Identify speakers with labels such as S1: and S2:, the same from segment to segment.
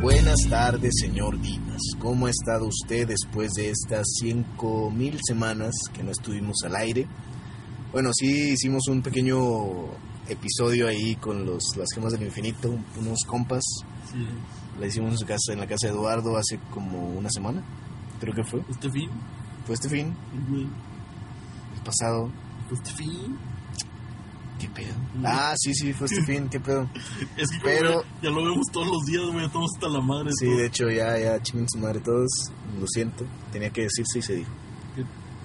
S1: Buenas tardes, señor Dimas. ¿Cómo ha estado usted después de estas 5.000 semanas que no estuvimos al aire? Bueno, sí hicimos un pequeño episodio ahí con los, las gemas del infinito, un- unos compas.
S2: Sí,
S1: La hicimos en, su casa, en la casa de Eduardo hace como una semana, creo que fue.
S2: este fin,
S1: Fue este fin,
S2: güey,
S1: el pasado.
S2: este fin.
S1: ¿Qué pedo? Ah, sí, sí, fue este fin, ¿qué pedo?
S2: Es que
S1: Pero-
S2: Pero... ya lo vemos todos los días, güey, estamos hasta la madre.
S1: Sí,
S2: todo.
S1: de hecho, ya, ya, chinguen su madre todos. Lo siento, tenía que decirse y se dijo.
S2: ¿Qué?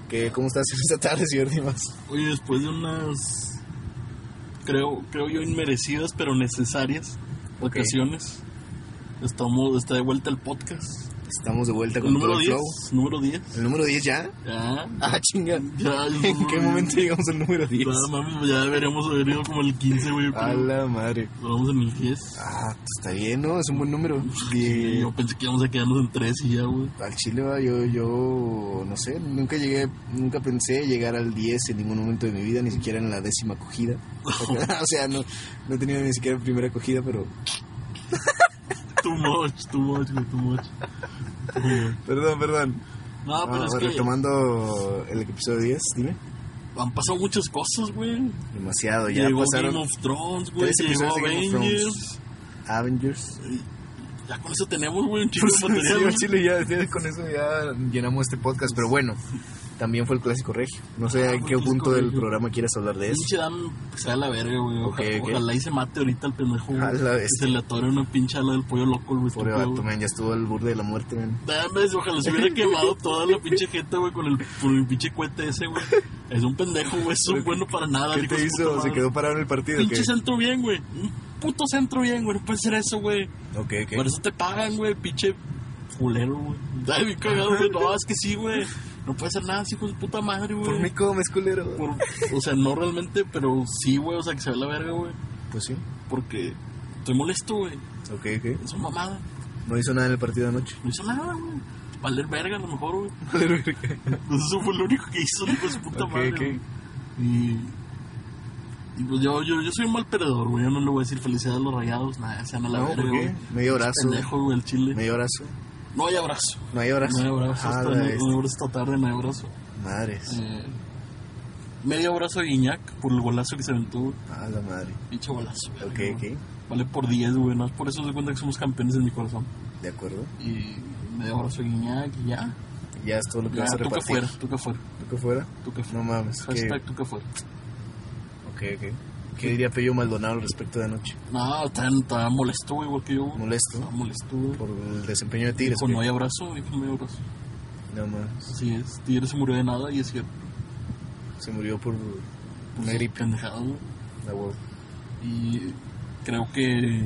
S1: ¿Qué, ¿Cómo estás esta tarde, señor Dimas?
S2: Oye, después de unas, creo, creo yo, inmerecidas pero necesarias vacaciones, estamos, está de vuelta el podcast.
S1: Estamos de vuelta
S2: El
S1: con todo
S2: número
S1: el
S2: 10,
S1: flow.
S2: número 10.
S1: ¿El número 10 ya?
S2: Ya,
S1: Ah, chinga.
S2: ya. el
S1: ¿En
S2: número
S1: qué
S2: 10.
S1: momento llegamos al número 10?
S2: Ya, mami, pues ya deberíamos haber ido como el 15, güey.
S1: A
S2: pero
S1: la madre.
S2: Vamos en el 10.
S1: Ah, pues está bien, ¿no? Es un buen número.
S2: Y
S1: Die-
S2: Yo pensé que íbamos a quedarnos en 3 y ya, güey.
S1: Al chile, va, yo, yo, no sé, nunca llegué, nunca pensé llegar al 10 en ningún momento de mi vida, ni siquiera en la décima acogida. o sea, no, no he tenido ni siquiera primera acogida, pero...
S2: Too much, too much, güey, too much. Too much.
S1: Perdón, perdón.
S2: No, pero
S1: Ah,
S2: es que
S1: retomando el episodio 10, dime.
S2: han pasado muchas cosas, güey.
S1: Demasiado, Pues ya
S2: Llegó Game
S1: pasaron
S2: of Thrones, güey.
S1: tres
S2: Llegó
S1: episodios de Game of Thrones.
S2: Avengers.
S1: Avengers.
S2: Ya con eso tenemos, güey, un chico
S1: Pues,
S2: de material.
S1: sí, al
S2: güey.
S1: chile ya, ya con eso ya llenamos este podcast, pero bueno, también fue el clásico regio. No sé
S2: Ah,
S1: en
S2: fue
S1: qué
S2: el clásico
S1: punto del
S2: regio.
S1: programa quieras hablar de eso.
S2: Pinche Dan, que se da la verga, güey. Oja-
S1: Ok, ok.
S2: Ojalá y se mate ahorita el pendejo. güey.
S1: A la
S2: Que
S1: bestia.
S2: se le atore una pinche ala del pollo loco, güey. este
S1: Pobre
S2: estúpido,
S1: vato,
S2: güey.
S1: man, ya estuvo al borde de la muerte, man.
S2: Dame, ojalá se hubiera quemado toda la pinche gente, güey, con el, con el pinche cohete ese, güey. Es un pendejo, güey. Es un bueno para nada,
S1: ¿Qué
S2: hijo
S1: te
S2: de su puta
S1: hizo? ¿Se
S2: madre.
S1: quedó parado en el partido?
S2: Pinche centro bien, güey. Un puto centro bien, güey. No puede ser eso, güey.
S1: Ok,
S2: Por
S1: ok.
S2: eso te pagan, güey, pinche culero, güey. Ay, bien cagado, güey. No, es que sí, güey. No puede ser nada, así con su puta madre, güey.
S1: Por mí comes, culero.
S2: Por- o sea, no realmente, pero sí, güey. O sea, que se ve la verga, güey.
S1: Pues sí.
S2: Porque estoy molesto, güey.
S1: Ok, ok.
S2: Es una mamada.
S1: No hizo nada en el partido anoche.
S2: No hizo nada, güey. Valer verga, a lo mejor, güey. Entonces, eso fue lo único que hizo, hijo de su puta
S1: Ok,
S2: madre.
S1: ok.
S2: güey. Y. Y pues yo, yo, yo soy un mal perdedor, güey. Yo no le voy a decir felicidad a los rayados, nada. O sea, no la
S1: No,
S2: verga,
S1: ¿por
S2: güey.
S1: qué? Medio abrazo.
S2: Pendejo, güey, el chile.
S1: Medio abrazo.
S2: No hay abrazo.
S1: No hay abrazo.
S2: Medio abrazo,
S1: Ah,
S2: esta,
S1: la bestia.
S2: medio abrazo esta tarde, medio abrazo.
S1: Madres.
S2: Eh, medio abrazo de Guiñac por el golazo que se aventó,
S1: Ah, la madre.
S2: pinche golazo.
S1: Ok,
S2: güey.
S1: ok.
S2: Vale por 10, güey, no, por eso se cuenta que somos campeones en mi corazón.
S1: De acuerdo.
S2: Y medio abrazo de Guiñac y ya.
S1: Ya es todo lo que
S2: Ya,
S1: vas a
S2: tú que
S1: repartir.
S2: fuera, tú que fuera,
S1: ¿Tú que fuera?
S2: tú que fuera.
S1: No mames. que-
S2: Hashtag tú que fuera.
S1: Ok, ok. ¿Qué diría Pello Maldonado al respecto de anoche?
S2: No, tan, tan molesto, güey, igual que yo. güey.
S1: Molesto
S2: Estaba molesto, güey.
S1: por el desempeño de Tigres.
S2: Dijo, no
S1: güey.
S2: hay abrazo, dijo, medio abrazo.
S1: No mames.
S2: Así es, Tigre se murió de nada y es cierto.
S1: Se murió por una
S2: Pues,
S1: gripe.
S2: Pendejado, güey.
S1: La huevo.
S2: y creo que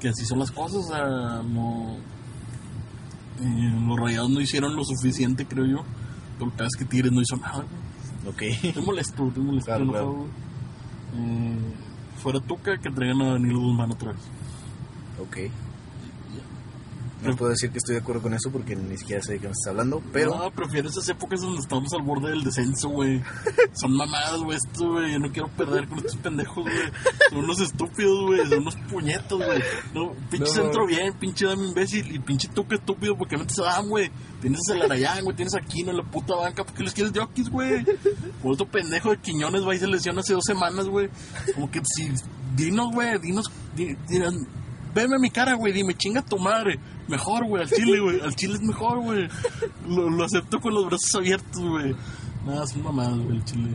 S2: que así son las cosas o sea, no- eh, los rayados no hicieron lo suficiente creo yo pero el peor es que Tigres no hizo nada güey.
S1: Ok.
S2: te molesto te molesto
S1: Claro,
S2: no,
S1: claro.
S2: güey. Eh, fuera Tuca que traigan a Danilo Guzmán otra vez
S1: Ok.
S2: Y ya.
S1: No puedo decir que estoy de acuerdo con eso porque ni siquiera sé de qué me estás hablando, pero
S2: no, prefiero esas épocas donde estamos al borde del descenso, güey. Son mamadas, güey, esto, güey. Yo no quiero perder con estos pendejos, güey. Son unos estúpidos, güey. Son unos puñetos, güey. No, pinche
S1: No.
S2: centro bien, pinche dame imbécil y pinche tuque estúpido porque metes a Dam, güey. Tienes a Celarayán, güey. Tienes a Aquino en la puta banca. ¿Por qué les quieres jockeys, güey? Por otro pendejo de Quiñones va y se lesiona hace dos semanas, güey. Como que si... Dinos, güey. Dinos... di- dirán, Veme a mi cara, güey, dime, chinga tu madre. Mejor, güey, al chile, güey. Al chile es mejor, güey. Lo, lo acepto con los brazos abiertos, güey. Nada, son mamadas, güey, el chile.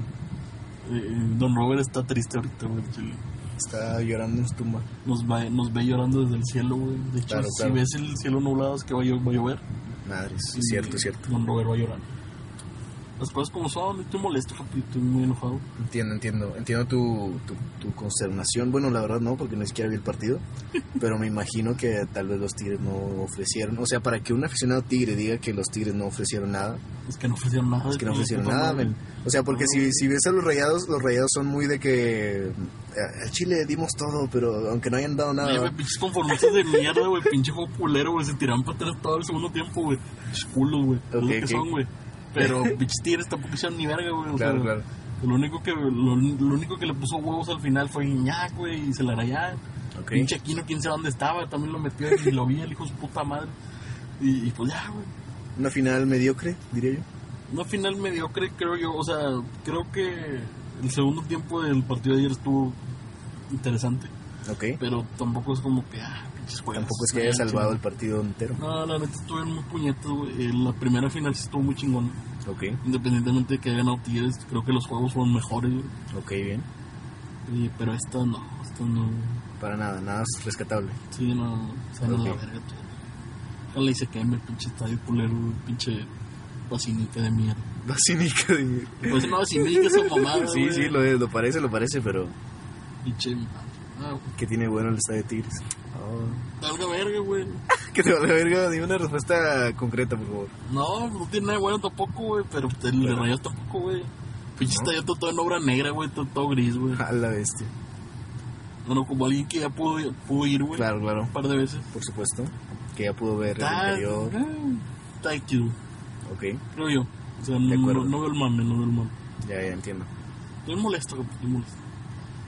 S2: Eh, eh, Don Robert está triste ahorita, güey, el chile.
S1: está llorando en su tumba.
S2: Nos, va- nos ve llorando desde el cielo, güey. De hecho,
S1: Claro,
S2: si
S1: claro.
S2: ves el cielo nublado es que va a, llo- va a llover.
S1: Madres, es cierto, es cierto.
S2: Don Robert va a llorar. Las cosas como son, estoy molesto, papi, estoy muy enojado.
S1: Entiendo, entiendo. Entiendo tu, tu, tu consternación. Bueno, la verdad no, porque ni siquiera vi el partido. Pero me imagino que tal vez los Tigres no ofrecieron. O sea, para que un aficionado Tigre diga que los Tigres no ofrecieron nada,
S2: Es que no ofrecieron nada.
S1: es que Pues, no
S2: y
S1: ofrecieron
S2: puta
S1: nada,
S2: madre.
S1: men. O sea, porque si, si ves a los rayados, los rayados son muy de que. eh, Al Chile dimos todo, pero aunque no hayan dado
S2: Ay,
S1: nada.
S2: güey, pinches conformistas de mierda, güey. Pinche juego culero, güey. Se tiran para atrás todo el segundo tiempo, güey. Pinches culos, güey. es lo
S1: Ok,
S2: que
S1: ok.
S2: son, güey. Pero pinches tigres tampoco hicieron ni verga, güey. o
S1: Claro,
S2: sea,
S1: claro.
S2: Lo único, que, lo, lo único que le puso huevos al final fue Guiñac, güey, y se la
S1: Ok.
S2: Pinche Aquino, quién sabe dónde estaba, también lo metió y lo vi, el hijo de su puta madre. Y, y pues ya, güey.
S1: Una final mediocre, diría yo.
S2: Una final mediocre, creo yo. O sea, creo que el segundo tiempo del partido de ayer estuvo interesante.
S1: Ok.
S2: Pero tampoco es como que, ah, pinches juegos.
S1: Tampoco es que haya salvado el partido entero.
S2: No, la neta estuvieron muy puñetas, güey. Eh, La primera final sí estuvo muy chingona.
S1: Ok,
S2: Independientemente de que haya ganado Tigres, creo que los juegos fueron mejores, güey.
S1: ok, bien.
S2: Eh, Pero esta no, esta no.
S1: Para nada, nada es rescatable.
S2: Sí, no, se nos
S1: Ok.
S2: la verga todo. Ojalá y se queme el pinche estadio culero, güey, pinche vacinica de mierda.
S1: No cínica de-
S2: Pues no, vacinica esa mamada,
S1: Sí,
S2: güey.
S1: sí, lo, es, lo parece, lo parece, pero
S2: Pinche. Ah,
S1: ¿qué tiene bueno el estadio de Tigres? Oh.
S2: salga verga, güey.
S1: Que te vale verga, dime una respuesta concreta, por favor.
S2: No, no tiene nada de bueno tampoco, güey, pero el de Rayados tampoco, güey. Pinche estadio todo, todo en obra negra, güey, todo, todo gris, güey.
S1: A la bestia.
S2: Bueno, como alguien que ya pudo, pudo ir, güey.
S1: Claro, claro,
S2: Un par de veces.
S1: por supuesto. Que ya pudo ver
S2: Está.
S1: el interior.
S2: Está aquí, güey.
S1: Ok,
S2: Creo yo. O sea,
S1: De
S2: no,
S1: acuerdo.
S2: no veo el mame, no veo el mame.
S1: ya, ya entiendo.
S2: Estoy molesto, güey, estoy molesto.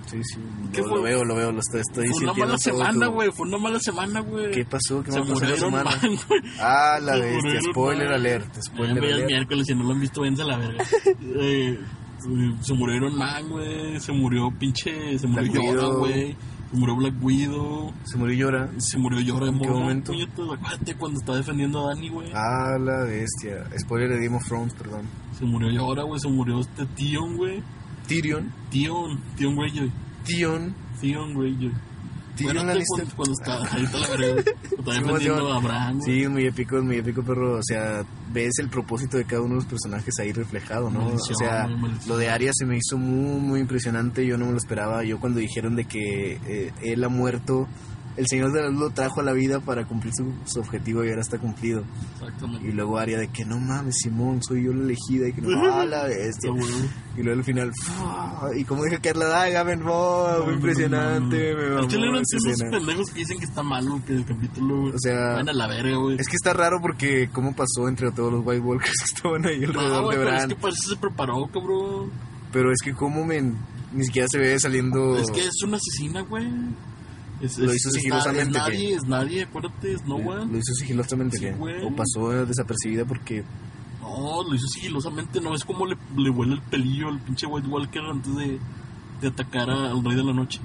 S1: Sí, sí.
S2: ¿Qué
S1: Lo,
S2: fue?
S1: lo veo, lo veo, lo estoy, estoy
S2: Fue una
S1: sintiendo
S2: mala
S1: todo
S2: semana,
S1: tu-
S2: güey. Fue una mala semana, güey.
S1: ¿Qué pasó? ¿Qué
S2: Se
S1: va a pasar la
S2: murieron
S1: semana?
S2: mal, güey.
S1: Ah, la
S2: Se
S1: bestia.
S2: murieron
S1: Spoiler
S2: mal.
S1: alert,
S2: Ah,
S1: spoiler
S2: güey, el
S1: alert.
S2: miércoles, si no lo han visto, vénse a la verga. Eh, eh, se murieron Man, güey. Se murió pinche. Se murió
S1: Black
S2: Yoda,
S1: Widow.
S2: güey. Se murió Black Widow.
S1: Se murió llora.
S2: Se murió Yora de
S1: ¿En qué
S2: Morgan,
S1: momento?
S2: puñetas. Acuérdate cuando estaba defendiendo a Dani, güey.
S1: Ah, la bestia. Spoiler de Game of Thrones, perdón.
S2: Se murió Yora, güey. Se murió este Tion, güey.
S1: Tyrion.
S2: Tion, Tion Greyjoy.
S1: Tion.
S2: Tion Greyjoy.
S1: Tyrion
S2: Acuérdate
S1: Lannister.
S2: este cuando, cuando estaba ahí está la verga. güey. Cuando Estaba
S1: Sí,
S2: defendiendo
S1: emoción.
S2: a Bran, güey.
S1: Sí, muy épico, muy épico, perro. O sea, ves el propósito de cada uno de los personajes ahí reflejado, ¿no?
S2: Maldición,
S1: o sea,
S2: güey, maldición.
S1: lo de Arya se me hizo muy, muy impresionante. Yo no me lo esperaba. Yo cuando dijeron de que eh, él ha muerto, el Señor de la Luz lo trajo a la vida para cumplir su, su objetivo y ahora está cumplido.
S2: Exactamente.
S1: Y luego Arya de que no mames, Simón, soy yo la elegida y que no, a la bestia.
S2: Está bueno.
S1: Y luego al final, ¡fua! y como dije que la daga, men, ¡oh! muy impresionante. me
S2: El
S1: mamó
S2: chile
S1: esa
S2: no entiendo esos
S1: escena.
S2: pendejos que dicen que está malo, que el capítulo, güey.
S1: O sea,
S2: Van a la verga, güey.
S1: Es que está raro porque cómo pasó entre todos los White Walkers que estaban ahí
S2: No,
S1: alrededor
S2: Ah, güey,
S1: de
S2: pero es
S1: Bran.
S2: que parece que se preparó, cabrón.
S1: Pero es que cómo men, ni siquiera se ve saliendo.
S2: Es que es una asesina, güey. Es,
S1: Oh. Lo
S2: es-
S1: hizo
S2: es
S1: sigilosamente,
S2: na- Es
S1: ¿qué?
S2: nadie, es nadie, acuérdate, es no
S1: lo
S2: one.
S1: hizo sigilosamente
S2: Sí,
S1: ¿qué?
S2: güey.
S1: o pasó desapercibida porque
S2: No, lo hizo sigilosamente, no es como le, le huele el pelillo al pinche White Walker antes de, de atacar a- al Rey de la Noche.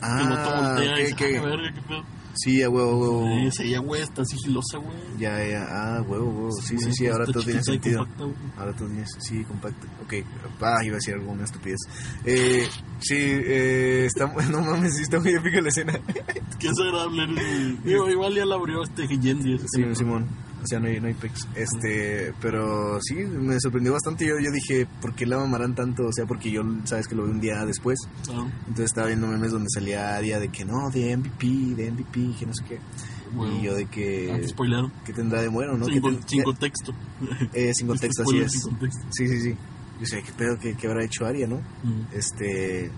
S2: que no te
S1: ah
S2: voltea y
S1: ok,
S2: dice,
S1: ok.
S2: "Ah, verga, qué pedo".
S1: sí a huevo huevo
S2: Es ella, güey, está sigilosa, güey.
S1: ya ya ah huevo huevo sí sí
S2: Güey,
S1: sí ahora
S2: está
S1: todo tiene
S2: chiquita y
S1: sentido
S2: compacta, güey.
S1: ahora todo tiene sí compacto ok ah iba a decir alguna estupidez eh, sí eh, está no mames sí está muy épica la escena
S2: Qué desagradable eres. Digo, igual ya la abrió este Genji. este.
S1: Sí, Simón. O sea, no hay, no hay pex. Este, pero sí, me sorprendió bastante. Yo, yo dije, ¿por qué la mamarán tanto? O sea, porque yo, sabes que lo vi un día después.
S2: Ah,
S1: Entonces estaba viendo memes donde salía Aria de que no, de MVP, de MVP, que no sé qué.
S2: güey.
S1: Y yo de
S2: Ah,
S1: que,
S2: te spoilearon.
S1: ¿qué tendrá de bueno, no?
S2: sin,
S1: ¿Qué
S2: con-
S1: ten-
S2: sin
S1: qué-
S2: contexto. Este
S1: eh, sin contexto, así
S2: Spoiler
S1: es.
S2: Sin contexto.
S1: Sí, sí, sí. Yo sé, ¿qué pedo? ¿Qué, qué habrá hecho Aria, no?
S2: Mm.
S1: Este.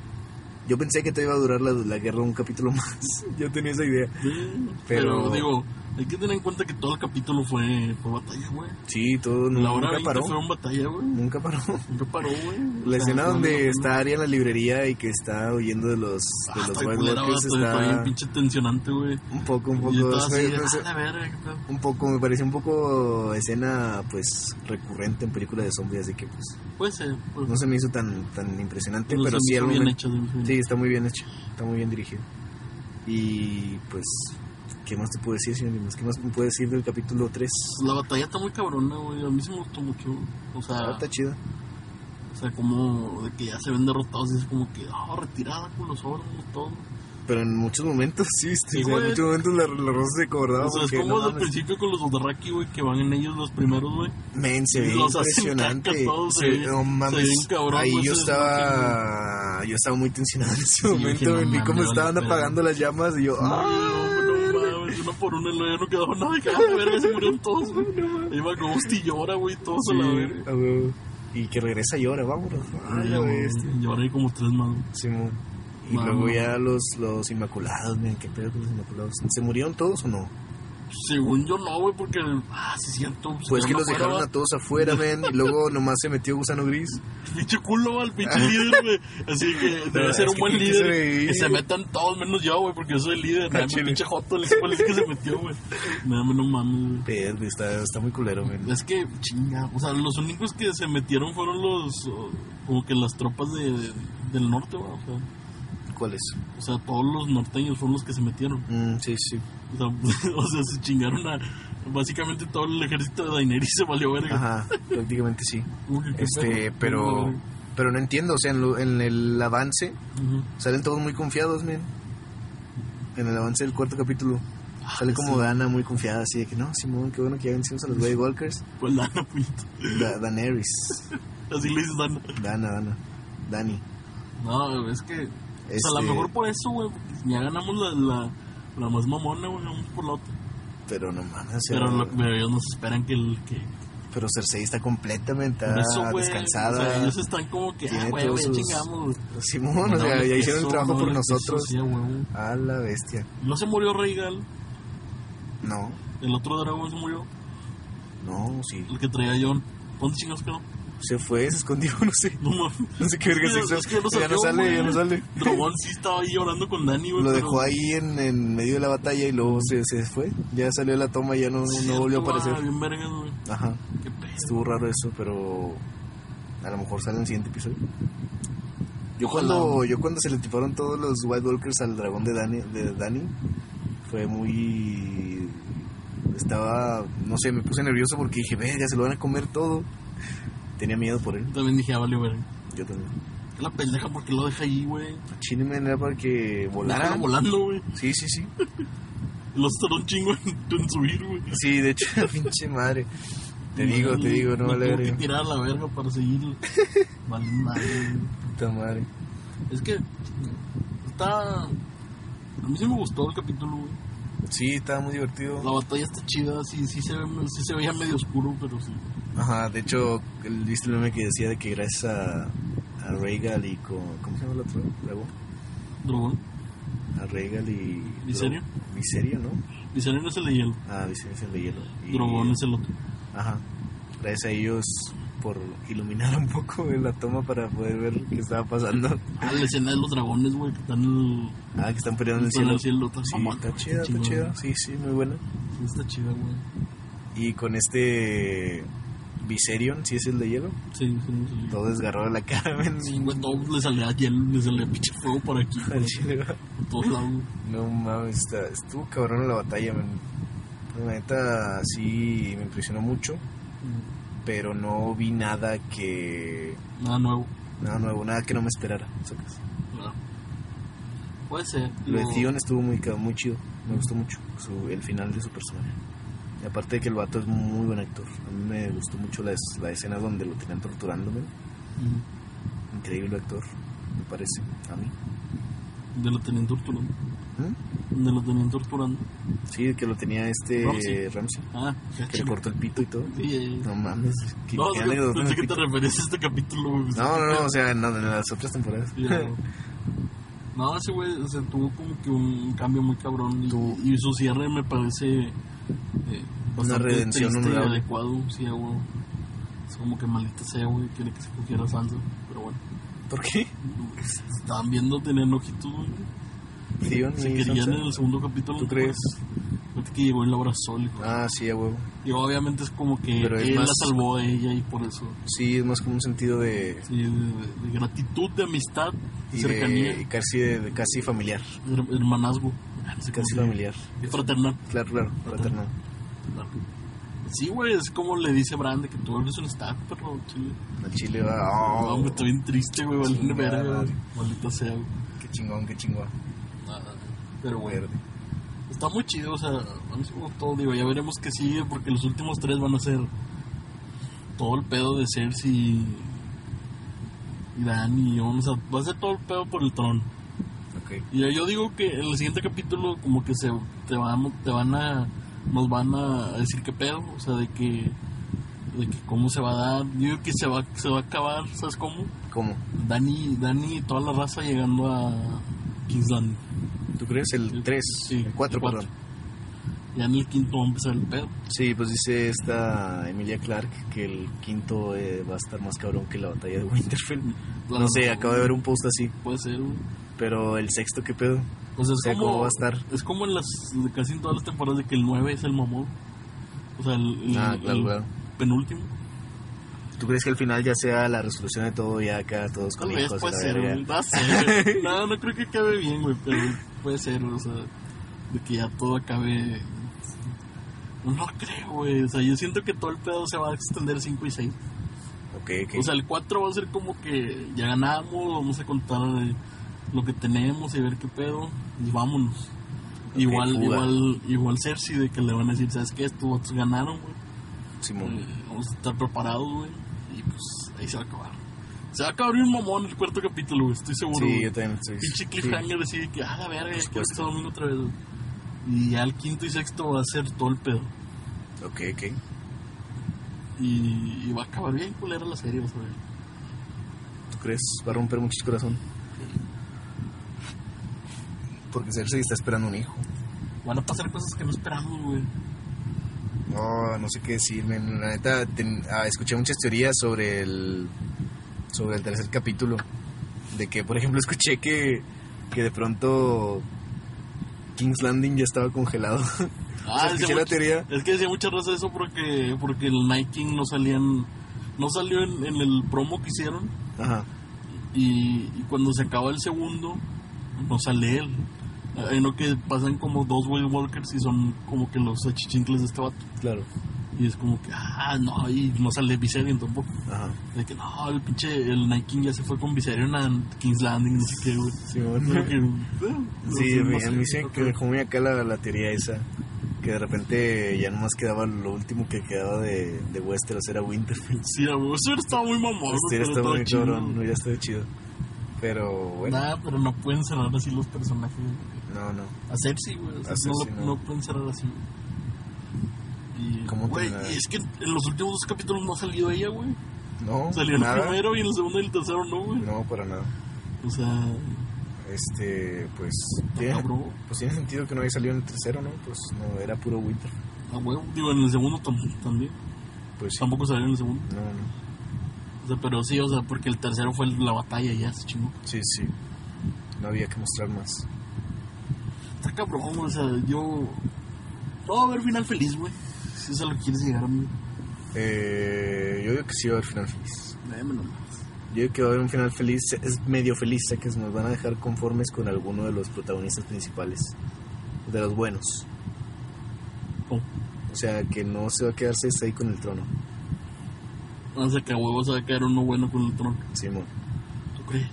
S1: Yo pensé que te iba a durar la, la guerra un capítulo más. Yo tenía esa idea.
S2: Sí,
S1: Pero-
S2: pero... digo, hay que tener en cuenta que todo el capítulo fue, fue batalla, güey.
S1: Sí, todo
S2: La hora
S1: Mm, nunca
S2: 20
S1: paró.
S2: fue un batalla, güey.
S1: Nunca paró.
S2: Nunca paró, güey. O
S1: La
S2: sea,
S1: escena
S2: fue
S1: donde
S2: una-
S1: está Aria en la librería y que está huyendo de los,
S2: Ah,
S1: de los
S2: está
S1: White
S2: culera,
S1: Walkers
S2: vato, está bien
S1: está
S2: pinche tensionante, güey.
S1: un poco, un
S2: Yo
S1: poco,
S2: estaba así,
S1: fue-
S2: de,
S1: fue-
S2: "Ah, la verga, qué pedo".
S1: un poco, me parece un poco escena pues recurrente en películas de zombies, así que pues
S2: Puede ser, pues,
S1: no se me hizo tan, tan impresionante,
S2: los
S1: pero
S2: zombies
S1: sí al
S2: bien
S1: momento-
S2: hechos, bien hechos.
S1: sí está muy bien hecho, está muy bien dirigido. Y pues, ¿qué más te puedo decir, señor Limas? ¿Qué más me puedes decir del capítulo 3?
S2: Pues La batalla está muy cabrona, güey. A mí sí me gustó mucho. güey. O sea,
S1: está chida.
S2: ah, O sea, como de que ya se ven derrotados y es como que, ah, retirada con los órganos, todo.
S1: Pero en muchos momentos sí, viste.
S2: Sí,
S1: o sea, en
S2: güey.
S1: muchos momentos la, la Rosa se cobraba.
S2: O sea, es
S1: porque,
S2: como
S1: no
S2: desde el
S1: mames.
S2: principio con los Odarraki, güey, que van en ellos los primeros, güey.
S1: Men, se ve
S2: Los hacen
S1: impresionante.
S2: caca todos,
S1: Se
S2: se
S1: ve-
S2: ve-
S1: no mames.
S2: se ve un cabrón, pues,
S1: Ahí
S2: güey,
S1: yo
S2: se
S1: estaba. Yo estaba muy tensionado en ese
S2: yo
S1: momento.
S2: dije, no
S1: güey, vi cómo
S2: mames,
S1: estaban
S2: vale,
S1: apagando las llamas y yo.
S2: No,
S1: ¡ah!
S2: no mames, uno por uno, y luego ya no quedaba nada. Que a la verga se murieron todos, güey. Ahí va Ghost y llora, güey, todos a la
S1: Sí,
S2: verga.
S1: a huevo. Y que regresa y ahora, vámonos. Ay, la bestia.
S2: Lloré como tres más, güey.
S1: Simón. Y
S2: Mamá.
S1: luego ya los, los Inmaculados, miren, qué pedo con los Inmaculados. ¿Se murieron todos o no?
S2: Según yo no, güey, porque... Ah, sí, siento.
S1: Pues que los dejaron a todos afuera, men. Y luego nomás se metió Gusano Gris.
S2: Pinche culo al pinche líder, güey. Así que debe
S1: Ah. es
S2: ser un
S1: que
S2: buen
S1: tiene que
S2: líder.
S1: sobrevivir.
S2: Que se metan todos, menos yo, güey, porque yo soy el líder.
S1: Ah,
S2: Nada,
S1: chile.
S2: pinche joto, el cual es que se metió, güey. Nada, no mames, güey.
S1: Verde, está, está muy culero, men.
S2: Es que, chinga, o sea, los únicos que se metieron fueron los, o- como que las tropas de, del norte, güey, o sea,
S1: ¿Cuáles?
S2: o sea, todos los norteños fueron los que se metieron,
S1: Mm, sí, sí.
S2: o sea, o sea, se chingaron a, básicamente todo el ejército de Daenerys se valió verga.
S1: Ajá, prácticamente sí.
S2: Como que qué
S1: Este,
S2: pedo.
S1: pero. Pero no entiendo, o sea, en, lo- en el avance
S2: Ujú.
S1: salen todos muy confiados, men. En el avance del cuarto capítulo.
S2: Ah,
S1: Sale como Dana muy confiada, así de que no, Simón, qué bueno que ya vencimos a los White Walkers.
S2: Pues Dana, puñito,
S1: Da- Daenerys.
S2: así le dices Dana.
S1: Dana, Dana. Dani.
S2: No, es que, o sea, a
S1: Este,
S2: lo mejor por eso, güey, porque ya ganamos la, la, la más mamona, güey, vamos por la otra,
S1: Pero no mames, o sea,
S2: pero,
S1: pero,
S2: lo- pero ellos nos esperan que, el, que,
S1: Cersei está completamente
S2: Por eso, güey.
S1: descansada.
S2: O sea, ellos están como que,
S1: Tiene
S2: ah, güey,
S1: todos
S2: güey,
S1: sus-
S2: chingamos. güey.
S1: Simón, o
S2: No,
S1: sea,
S2: no,
S1: ya hicieron
S2: eso,
S1: el trabajo
S2: no,
S1: por
S2: eso,
S1: nosotros.
S2: sí, güey.
S1: A la bestia.
S2: No se murió Reigal,
S1: No,
S2: el otro dragón se murió,
S1: no, sí.
S2: el que traía a Jon. ¿Dónde chingados quedó?
S1: Se fue, se escondió, no sé.
S2: No mames.
S1: No sé qué verga se
S2: Es
S1: hizo.
S2: que- es que no
S1: ya no
S2: salió,
S1: sale, ya
S2: güey.
S1: no sale.
S2: Dragón sí estaba ahí llorando con Dani, güey.
S1: Lo
S2: pero-
S1: dejó ahí en, en medio de la batalla y luego se, se fue. Ya salió de la toma y ya no, no
S2: Cierto,
S1: volvió a
S2: güey,
S1: aparecer.
S2: ah, bien vergas, güey.
S1: Ajá,
S2: Qué pedo.
S1: estuvo raro eso, pero a lo mejor sale en el siguiente episodio. Yo
S2: Ojalá,
S1: cuando,
S2: güey.
S1: yo cuando se le tiparon todos los White Walkers al dragón de Dani, de Dani, fue muy... Estaba, no sé, me puse nervioso porque dije, ve, ya se lo van a comer todo. Tenía miedo por él,
S2: También dije, ah, vale, verga.
S1: yo también.
S2: ¿Qué La pendeja, porque lo deja ahí, güey?
S1: Chinaman era para que volara.
S2: Estaba volando, güey.
S1: Sí, sí, sí.
S2: Los tardó un chingo en, en subir, güey.
S1: Sí, de hecho, pinche madre. Te digo, te digo, no
S2: Me
S1: vale
S2: tuvo que
S1: verga.
S2: tirar a la verga para seguir. vale, madre, güey.
S1: Puta madre.
S2: Es que está. A mí sí me gustó el capítulo, güey.
S1: Sí, estaba muy
S2: La
S1: divertido.
S2: batalla está chida, sí, sí, se, ve, sí se veía medio oscuro, pero sí.
S1: Ajá, de hecho, el- viste el meme que decía de que gracias a, a Regal y con. ¿Cómo se llama el otro? Luego,
S2: Dragón.
S1: a Regal y.
S2: ¿Viserio?
S1: Viserio, ¿no?
S2: Viserino es el de hielo,
S1: Ah, Viserio es el de hielo. Y-
S2: Dragón es el otro.
S1: Ajá. Gracias a ellos por iluminar un poco la toma para poder ver qué estaba pasando.
S2: Ah, la escena de los dragones, güey, que están en
S1: Ah, que están peleando en
S2: el,
S1: el
S2: están
S1: cielo.
S2: en el cielo. Está,
S1: Sí,
S2: Ah,
S1: está
S2: güey,
S1: chida, está
S2: chingón.
S1: chida. Sí, sí, muy buena.
S2: Sí, está chida, güey.
S1: Y con este Viserion, si es el de hielo,
S2: Sí, sí, sí.
S1: todo desgarrado de la cara, men.
S2: Sí, güey, todo le salía hielo, le salía pinche fuego por aquí,
S1: Al
S2: güey,
S1: chile, güey.
S2: por todos lados. güey.
S1: No mames, está- estuvo cabrón la batalla, men. La neta sí me impresionó mucho, pero no vi nada que.
S2: Nada nuevo.
S1: Nada nuevo, nada que no me esperara. sacas.
S2: nada. Puede ser.
S1: Lo de
S2: digo,
S1: Theon estuvo muy, ca- muy chido, me gustó mucho su- el final de su personaje. Y aparte de que el vato es muy buen actor, a mí me gustó mucho la, es- la escena donde lo tenían torturando, men.
S2: mm,
S1: Increíble actor, me parece, a mí.
S2: De lo tenían torturando.
S1: ¿Mm?
S2: De lo tenían torturando.
S1: Sí, el que lo tenía este
S2: Ramsey.
S1: Ramsey,
S2: Ah, ya
S1: que le cortó el pito y todo.
S2: Sí, ya, ya.
S1: No mames, que,
S2: No,
S1: que
S2: es que
S1: anécdota
S2: pensé
S1: me
S2: que te
S1: pica.
S2: referías a este capítulo, güey.
S1: no, no, no, o sea, no, en las otras temporadas.
S2: Sí, no. No, ese güey o sea, tuvo como que un cambio muy cabrón. y-
S1: Tuvo-
S2: Y, su cierre me parece. eh, bastante
S1: redención
S2: triste y
S1: honorable.
S2: adecuado, sí, a huevo. Es como que maldita sea, güey. Quiere que se cogiera a Sansa. Pero bueno, pues,
S1: ¿Por qué?
S2: estaban viendo, tenían ojitos, güey.
S1: Theon
S2: Se
S1: y
S2: querían
S1: Sansa.
S2: en el segundo capítulo. pues,
S1: ¿Tú crees?
S2: Fíjate que llegó y la abrazó, le dijo.
S1: Ah, sí, a huevo.
S2: Y obviamente es como que
S1: Pero es
S2: él
S1: más-
S2: la salvó a ella y por eso.
S1: Sí, es más como un sentido de...
S2: Sí, de, de- de gratitud, de amistad,
S1: y de-
S2: cercanía,
S1: y casi, de, de- casi familiar.
S2: her- hermanazgo. No
S1: Casi
S2: sé cómo se
S1: familiar.
S2: dice. Fraternal.
S1: Claro, claro, fraternal.
S2: Sí, güey, es como le dice Brande que tú eres un stack, pero chile.
S1: Al chile va...
S2: No,
S1: Oh,
S2: hombre, estoy bien triste, güey, valiendo
S1: Chingada
S2: verga,
S1: madre.
S2: güey. Maldita sea, güey.
S1: qué chingón, qué chingón.
S2: Nada, pero bueno. Está muy chido, o sea, a mí sí me gustó, digo, ya veremos qué sigue, porque los últimos tres van a ser todo el pedo de Cersei y Dani, o sea, va a ser todo el pedo por el trono.
S1: Ok.
S2: Y yo- yo digo que en el siguiente capítulo como que se te van, te van a nos van a decir qué pedo, o sea, de que de que cómo se va a dar, yo digo que se va se va a acabar, ¿sabes cómo?
S1: ¿Cómo?
S2: Dani, Dani y toda la raza llegando a King's Landing.
S1: ¿Tú crees? El 3,
S2: Sí,
S1: el 4,
S2: el cuatro.
S1: perdón.
S2: Ya en el quinto va a empezar el pedo.
S1: Sí, pues dice esta Emilia Clark que el quinto eh, va a estar más cabrón que la batalla de Winterfell. No sé, acabo de ver un post así.
S2: Puede ser, güey.
S1: Pero el sexto, ¿qué pedo?
S2: O sea, es
S1: O sea,
S2: como,
S1: ¿cómo va a estar?
S2: Es como en las casi en todas las temporadas de que el 9 es el mamón. O sea, el, el-
S1: Ah, claro,
S2: el
S1: claro.
S2: penúltimo.
S1: ¿Tú crees que al final ya sea la resolución de todo ya acá, todos
S2: Tal
S1: con
S2: vez
S1: hijos? y
S2: puede
S1: la
S2: ser,
S1: verga?
S2: güey. No, sé, güey. no, no creo que acabe bien, güey, pero puede ser, o sea, de que ya todo acabe. No creo, güey. O sea, yo siento que todo el pedo se va a extender 5 y 6.
S1: Ok, ok.
S2: O sea, el 4 va a ser como que ya ganamos, vamos a contar eh, lo que tenemos y ver qué pedo, y vámonos.
S1: Ok,
S2: igual,
S1: fuga.
S2: igual, igual Cersei, de que le van a decir, ¿sabes qué? Estos vatos ganaron, güey.
S1: Simón.
S2: Eh, Vamos a estar preparados, güey. Y pues ahí se va a acabar. Se va a acabar un mamón el cuarto capítulo, güey, estoy seguro.
S1: Sí,
S2: güey.
S1: yo también estoy.
S2: Pinche
S1: sí.
S2: cliffhanger así de que, ah, la verga, ya quiero que
S1: supuesto.
S2: se domingo otra vez, güey. Y ya el quinto y sexto va a ser todo el pedo.
S1: Ok, ok.
S2: Y, y va a acabar bien culera la serie, vas a ver.
S1: ¿Tú crees? Va a romper mucho el corazón. Porque Cersei está esperando un hijo.
S2: Van a pasar cosas que no esperamos, güey.
S1: No, no sé qué decirme. La neta, ten- ah, escuché muchas teorías sobre el, sobre el tercer capítulo. De que, por ejemplo, escuché que, que de pronto King's Landing ya estaba congelado. O sea,
S2: Ah,
S1: escuché
S2: decía
S1: la
S2: mucho-
S1: teoría.
S2: es que decía muchas veces eso porque, porque el Night King no salían, no salió en, en el promo que hicieron
S1: Ajá.
S2: y, y cuando se acaba el segundo no sale él. Hay uno que pasan como dos White Walkers y son como que los achichincles de este vato.
S1: Claro.
S2: Y es como que, ah, no, y no sale Viserion tampoco.
S1: Ajá.
S2: De que no, el pinche, el Night King ya se fue con Viserion a King's Landing, no sé qué, güey.
S1: Sí,
S2: Como que, eh, no
S1: Sí,
S2: sé,
S1: a
S2: no
S1: mí,
S2: sé,
S1: a mí se
S2: no
S1: que
S2: creo.
S1: dejó muy acá la, la teoría esa. Que de repente ya nomás quedaba lo último que quedaba de, de Westeros era Winterfell.
S2: Sí, a huevo, eso estaba muy mamón.
S1: Este
S2: pero
S1: está
S2: estaba
S1: muy
S2: chido.
S1: cabrón, hubiera estado chido. Pero bueno,
S2: Nada, pero no pueden cerrar así los personajes.
S1: no, no.
S2: A Cersei, güey. o sea,
S1: A Cersei,
S2: no, la-
S1: no.
S2: no pueden cerrar así, güey. Y,
S1: ¿Cómo
S2: güey,
S1: terminar?
S2: y es que en los últimos dos capítulos no ha salido ella, güey.
S1: No,
S2: Salió en el
S1: nada.
S2: primero y en el segundo y el tercero no, güey.
S1: No, para nada.
S2: O sea,
S1: Este, pues tiene,
S2: está cabrón.
S1: pues tiene sentido que no haya salido en el tercero, ¿no? Pues no, era puro Winter.
S2: A huevo. Digo, en el segundo tam- también.
S1: Pues sí.
S2: Tampoco salió en el segundo.
S1: No, no.
S2: O sea, pero sí, o sea, porque el tercero fue la batalla ya, se chingó.
S1: Sí, sí. No había que mostrar más.
S2: Está cabrón, o sea, yo. Todo va a haber final feliz, güey. Si eso es a lo que quieres llegar, amigo.
S1: Eh, yo digo que sí va a haber final feliz.
S2: Déjame nomás.
S1: Yo digo que va a haber un final feliz, es medio feliz, sé que nos van a dejar conformes con alguno de los protagonistas principales, de los buenos.
S2: Oh.
S1: O sea, que no se va a quedarse ahí con el trono,
S2: O sea, que a huevo se va a quedar uno bueno con el tronco.
S1: Simón.
S2: ¿Tú crees?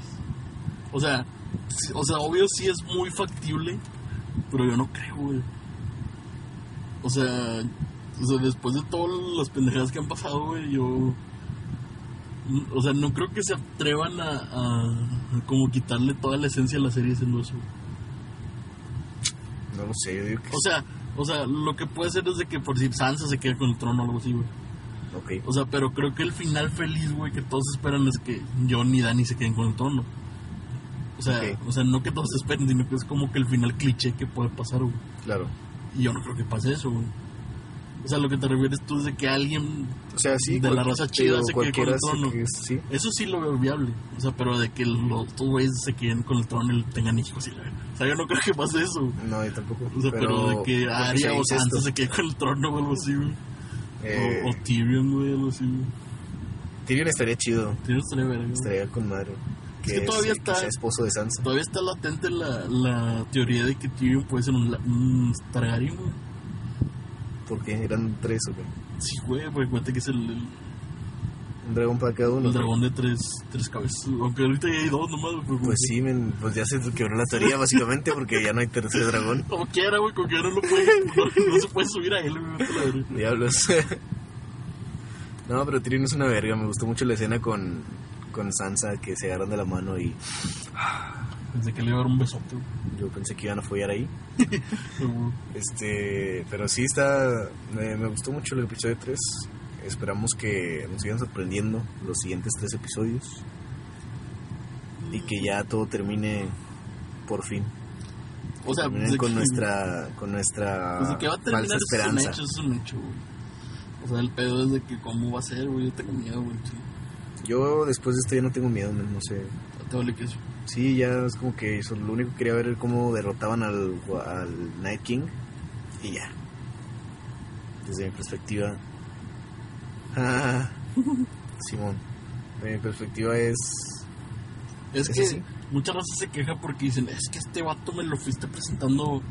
S2: O sea, sí- o sea, obvio sí es muy factible, pero yo no creo, güey. O sea, o sea, después de todas las pendejadas que han pasado, güey, yo... O sea, no creo que se atrevan a, a- a como quitarle toda la esencia a la serie ese oso.
S1: No lo sé, yo digo que
S2: O sea, o sea, lo que puede ser es de que por si Sansa se queda con el trono o algo así, güey.
S1: Ok.
S2: O sea, pero creo que el final feliz, güey, que todos esperan es que John y Dani se queden con el trono. O sea,
S1: Ok.
S2: o sea, no que todos esperen, sino que es como que el final cliché que puede pasar, güey.
S1: Claro.
S2: Y yo no creo que pase eso, güey. O sea, lo que te refieres tú es de que alguien...
S1: O sea, sí,
S2: De la
S1: cual-
S2: raza chida
S1: digo,
S2: se quede
S1: cualquiera
S2: con el
S1: se
S2: trono.
S1: quede- sí.
S2: Eso sí lo veo viable. O sea, pero de que los dos güeyes se queden con el trono y tengan hijos. Y la verga. o sea, yo no creo que pase eso. güey.
S1: No, yo tampoco.
S2: O sea, pero, de que
S1: porque se
S2: Arya o
S1: dice
S2: Sansa
S1: esto,
S2: se quede con el trono o algo así, güey.
S1: eh,
S2: O, o Tyrion, güey, algo así, güey.
S1: Tyrion estaría chido,
S2: Tyrion estaría verga, güey.
S1: estaría con madre.
S2: que todavía está-
S1: sea esposo de Sansa.
S2: Todavía está latente la, la teoría de que Tyrion puede ser un, la- un Targaryen, güey.
S1: Porque eran tres, ok.
S2: Sí, güey, porque cuenta que es el, el-
S1: Un dragón para cada uno.
S2: El dragón de tres, tres cabezas. Aunque ahorita ya hay dos nomás, güey. pero
S1: Pues sí, men, pues ya se quebró la teoría básicamente porque ya no hay tercer dragón.
S2: Como quiera, güey, con que no lo puede. No, no se puede subir a él, güey. vete a la verga.
S1: Diablos. no, pero Tyrion es una verga. Me gustó mucho la escena con, con Sansa que se agarran de la mano y
S2: Pensé que le iba a dar un besote, güey.
S1: yo pensé que iban a follar ahí.
S2: Pero, güey,
S1: Este, pero sí está. Me, me gustó mucho el episodio 3. Esperamos que nos sigan sorprendiendo los siguientes tres episodios. Y que ya todo termine por fin.
S2: O sea,
S1: Terminen
S2: desde
S1: con
S2: Pues que-
S1: nuestra, con nuestra
S2: Desde que va a terminar
S1: falsa
S2: es un
S1: esperanza.
S2: hecho, es un hecho, güey. O sea, el pedo es de que cómo va a ser, güey. Yo tengo miedo, güey. sí.
S1: Yo después de esto ya no tengo miedo, men, no sé.
S2: Te vale que eso.
S1: Sí, ya es como que eso, lo único que quería ver era cómo derrotaban al, al Night King y ya. Desde mi perspectiva. Simón, desde mi perspectiva es.
S2: Es
S1: ¿Es
S2: que
S1: así?
S2: muchas razas se queja porque dicen, es que este vato me lo fuiste presentando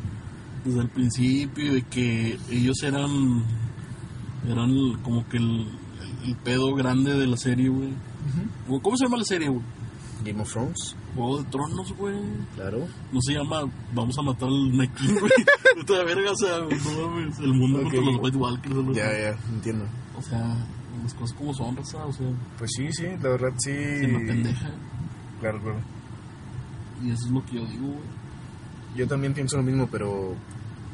S2: desde el principio, de que ellos eran, eran el- como que el, el- el pedo grande de la serie, güey. O, ¿Cómo se llama la serie, güey?
S1: Game of Thrones,
S2: Juego de Tronos, güey.
S1: claro.
S2: No se llama Vamos a matar al Nekin, güey. Puta de verga, o sea, no mames, el mundo
S1: Ok.
S2: contra los White Walkers. algo así.
S1: ya, entiendo.
S2: O sea, las cosas como son, raza, o sea,
S1: Pues sí, sí, la verdad sí.
S2: se me pendeja.
S1: Claro, claro.
S2: Y eso es lo que yo digo, güey.
S1: Yo también pienso lo mismo, pero.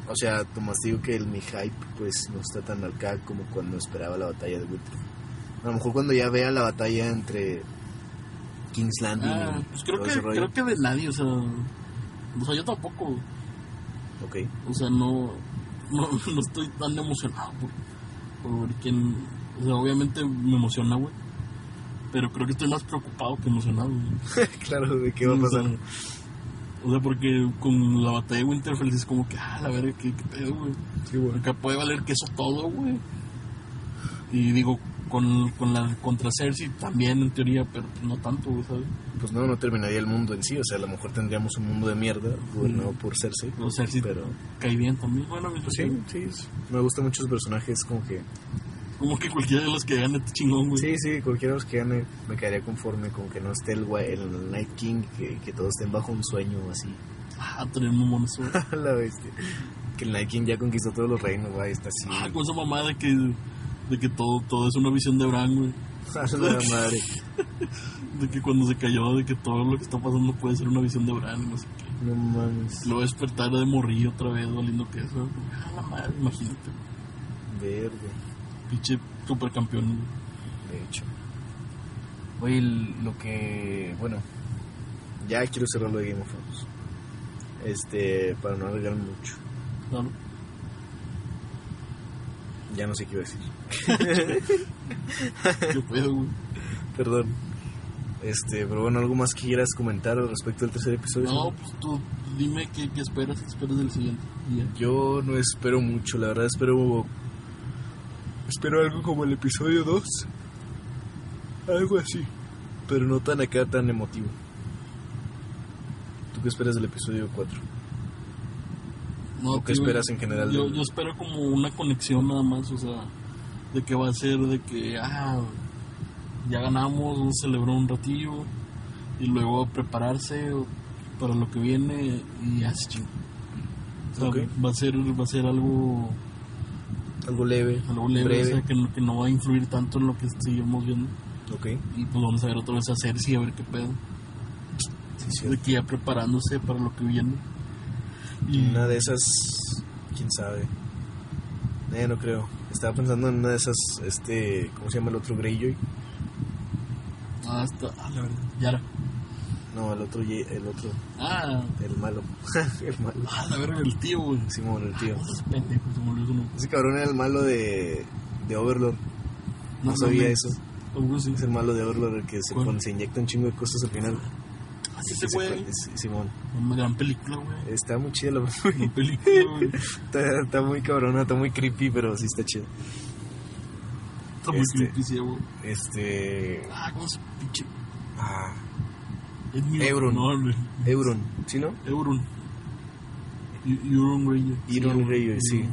S1: O sea, Tomás, digo que el, mi hype pues no está tan marcada como cuando esperaba la batalla de Winterfell. A lo mejor cuando ya vea la batalla entre King's Landing
S2: Ah,
S1: y
S2: pues creo
S1: todo ese
S2: que,
S1: rollo.
S2: creo que de nadie, o sea. O sea, yo tampoco.
S1: Ok.
S2: O sea, no. No, no estoy tan emocionado por, por ver quién. O sea, obviamente me emociona, güey. Pero creo que estoy más preocupado que emocionado, güey.
S1: claro, ¿de qué va a
S2: O sea,
S1: pasar?
S2: O sea, porque con la batalla de Winterfell es como que, ah, la verga, qué, qué pedo, güey. Acá puede valer queso todo, güey. Y digo, con, con la contra Cersei también, en teoría, pero no tanto, güey, ¿sabes?
S1: Pues no, no terminaría el mundo en sí. O sea, a lo mejor tendríamos un mundo de mierda gobernado por Cersei.
S2: O sea, sí,
S1: Pero-
S2: cae bien también. Bueno, mientras
S1: Pues sí, sí. es- Me gustan muchos personajes, como que.
S2: Como que cualquiera de los que gane está chingón, güey.
S1: Sí, sí, cualquiera de los que gane me quedaría conforme con que no esté el, gua- el Night King, que, que todos estén bajo un sueño o así.
S2: Ah, tener un mono eso.
S1: A la bestia. Que el Night King ya conquistó todos los reinos, güey. Está así.
S2: Ah, con esa mamada de que, de que todo, todo es una visión de Bran, güey.
S1: A la madre.
S2: De que cuando se cayó, de que todo lo que está pasando puede ser una visión de Bran, y no sé qué.
S1: No mames.
S2: Luego despertar de morrillo otra vez, doliendo que eso. Ah, la madre, imagínate. güey.
S1: Verde,
S2: Pinche supercampeón. güey.
S1: de hecho. Oye, el- lo que. Bueno. Ya quiero cerrar lo de Game of Thrones. Este. Para no agregar mucho.
S2: Claro.
S1: Ya no sé qué iba a decir.
S2: Qué pedo, güey.
S1: Perdón. Este, pero bueno, algo más que quieras comentar al respecto del tercer episodio.
S2: No, pues tú dime qué, qué esperas, qué esperas del siguiente. Y ya.
S1: Yo no espero mucho, la verdad espero... Espero algo como el episodio 2. Algo así. Pero no tan acá, tan emotivo. ¿Tú qué esperas del episodio 4?
S2: No,
S1: ¿O qué
S2: tío,
S1: esperas en general?
S2: Yo,
S1: del-
S2: yo espero como una conexión nada más, o sea, de que va a ser de que, ah, ya ganamos, vamos a celebrar un ratillo y luego a prepararse o- para lo que viene y así. chingo. O sea,
S1: Ok.
S2: va a ser va a ser algo
S1: Algo leve,
S2: algo leve,
S1: breve.
S2: o sea, que, no- que no va a influir tanto en lo que seguimos viendo
S1: Ok,
S2: y pues vamos a ver otra vez a Cersei a ver qué pedo,
S1: sí, sí.
S2: de que ya preparándose para lo que viene. Y
S1: Una de esas, quién sabe. Eh, no creo. Estaba pensando en una de esas, este, ¿cómo se llama el otro Greyjoy?
S2: hasta ah, la verdad, Yara.
S1: No, el otro, Ye- el otro,
S2: Ah,
S1: el malo. el malo.
S2: ah, la verga el tío, güey.
S1: Simón, el tío.
S2: Esos pendejos, se me olvidó su nombre.
S1: Ese cabrón era el malo de, de Overlord. No sabía
S2: mames.
S1: eso.
S2: Seguro sí.
S1: Es el malo de Overlord el que se,
S2: ¿Cuál?
S1: pone- se inyecta un chingo de cosas al final.
S2: Así
S1: Ese
S2: se fue.
S1: fue- es- Simón.
S2: Una gran película, güey.
S1: Está muy chido, la verdad.
S2: Una película, güey.
S1: está, está muy cabrona, está muy creepy, pero sí está chido.
S2: Está muy
S1: Este.
S2: creepy, sí, güey.
S1: Este.
S2: Ah, con su pinche.
S1: Ah,
S2: Es mi-
S1: Euron.
S2: No, hombre.
S1: Euron, ¿sí no?
S2: Euron. Eu- Euron Greyjoy.
S1: Euron Greyjoy, sí.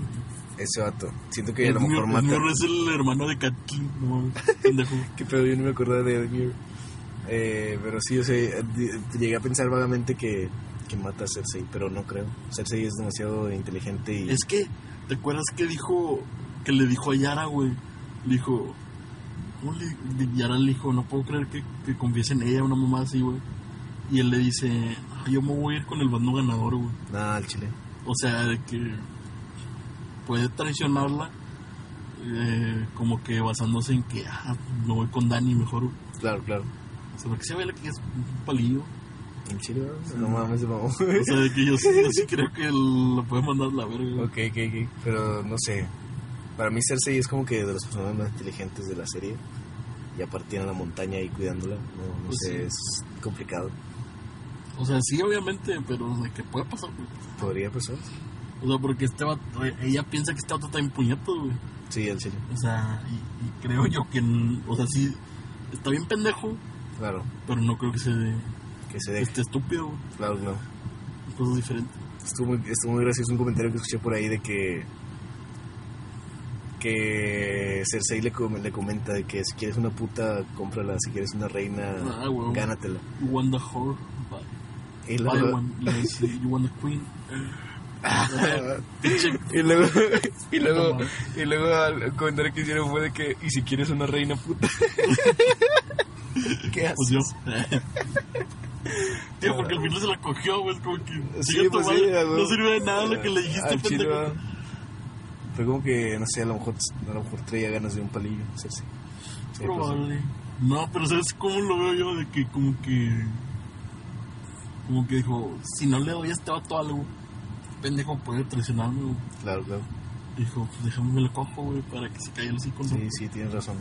S1: Ese vato. Siento que a lo
S2: El
S1: mejor
S2: Muir- el
S1: mata.
S2: Muir es el hermano de Catlin, no mames, pendejo.
S1: Qué pedo, yo no me acordaba de Edmure. Eh, pero sí, o sea, di- llegué a pensar vagamente que, que mata a Cersei, pero no creo. Cersei es demasiado inteligente y...
S2: Es que, ¿te acuerdas que dijo, que le dijo a Yara, güey? Le dijo, ¿cómo le- de- Yara le dijo, no puedo creer que, que confiese en ella, una mamá así, güey. Y él le dice, "Ah, yo me voy a ir con el bando ganador, güey.
S1: Nada, al chile.
S2: O sea, de que puede traicionarla, eh, como que basándose en que, ah, no voy con Dani mejor, güey.
S1: Claro, claro.
S2: O sea, porque se ve que es un palillo.
S1: ¿En chile? No mames, vamos.
S2: O sea, de que yo sí, yo sí creo que él lo puede mandar a la verga. güey.
S1: Ok, ok, ok. Pero no sé. Para mí Cersei es como que de las personas más inteligentes de la serie. Y aparte tiene la montaña ahí cuidándola. No, no
S2: Pues
S1: sé,
S2: sí.
S1: es complicado.
S2: O sea, sí, obviamente, pero de que puede pasar, güey.
S1: ¿Podría pasar?
S2: O sea, porque este vato- ella piensa que este vato está en puñetos, güey.
S1: Sí, al chile.
S2: O sea, y, y creo yo que, n- o sea, sí, está bien pendejo,
S1: Claro.
S2: pero no creo que se
S1: Que se
S2: que
S1: deje.
S2: esté estúpido, güey.
S1: Claro, no.
S2: Cosas diferentes.
S1: Estuvo muy, estuvo muy gracioso un comentario que escuché por ahí de que. Que Cersei le, com- le comenta de que si quieres una puta, cómprala. Si quieres una reina,
S2: Ah, huevo.
S1: gánatela.
S2: You want the whore, but
S1: Y
S2: I
S1: luego.
S2: want- le dice, you want the queen.
S1: Y luego, y
S2: No
S1: luego,
S2: mames.
S1: y luego al comentario que hicieron fue de que, y si quieres una reina puta. ¿Qué haces?
S2: Pues yo. Tío, porque al final se la cogió, güey. Es como que.
S1: Sí,
S2: sigue tu
S1: pues sí,
S2: madre,
S1: ya, güey.
S2: no sirve de nada lo que le dijiste,
S1: Al chile,
S2: pendejo.
S1: va. Fue como que, no sé, a lo mejor, a lo mejor traía ganas de un palillo. o sea, sí. Sí, pues,
S2: Probable. No, pero ¿sabes cómo lo veo yo? De que como que... Como que dijo, si no le doy a este vato algo, pendejo puede traicionarme. güey".
S1: claro, claro.
S2: Dijo, pues déjame me lo cojo, güey, para que se caiga el hocico. ¿no?".
S1: Sí, sí, tienes razón,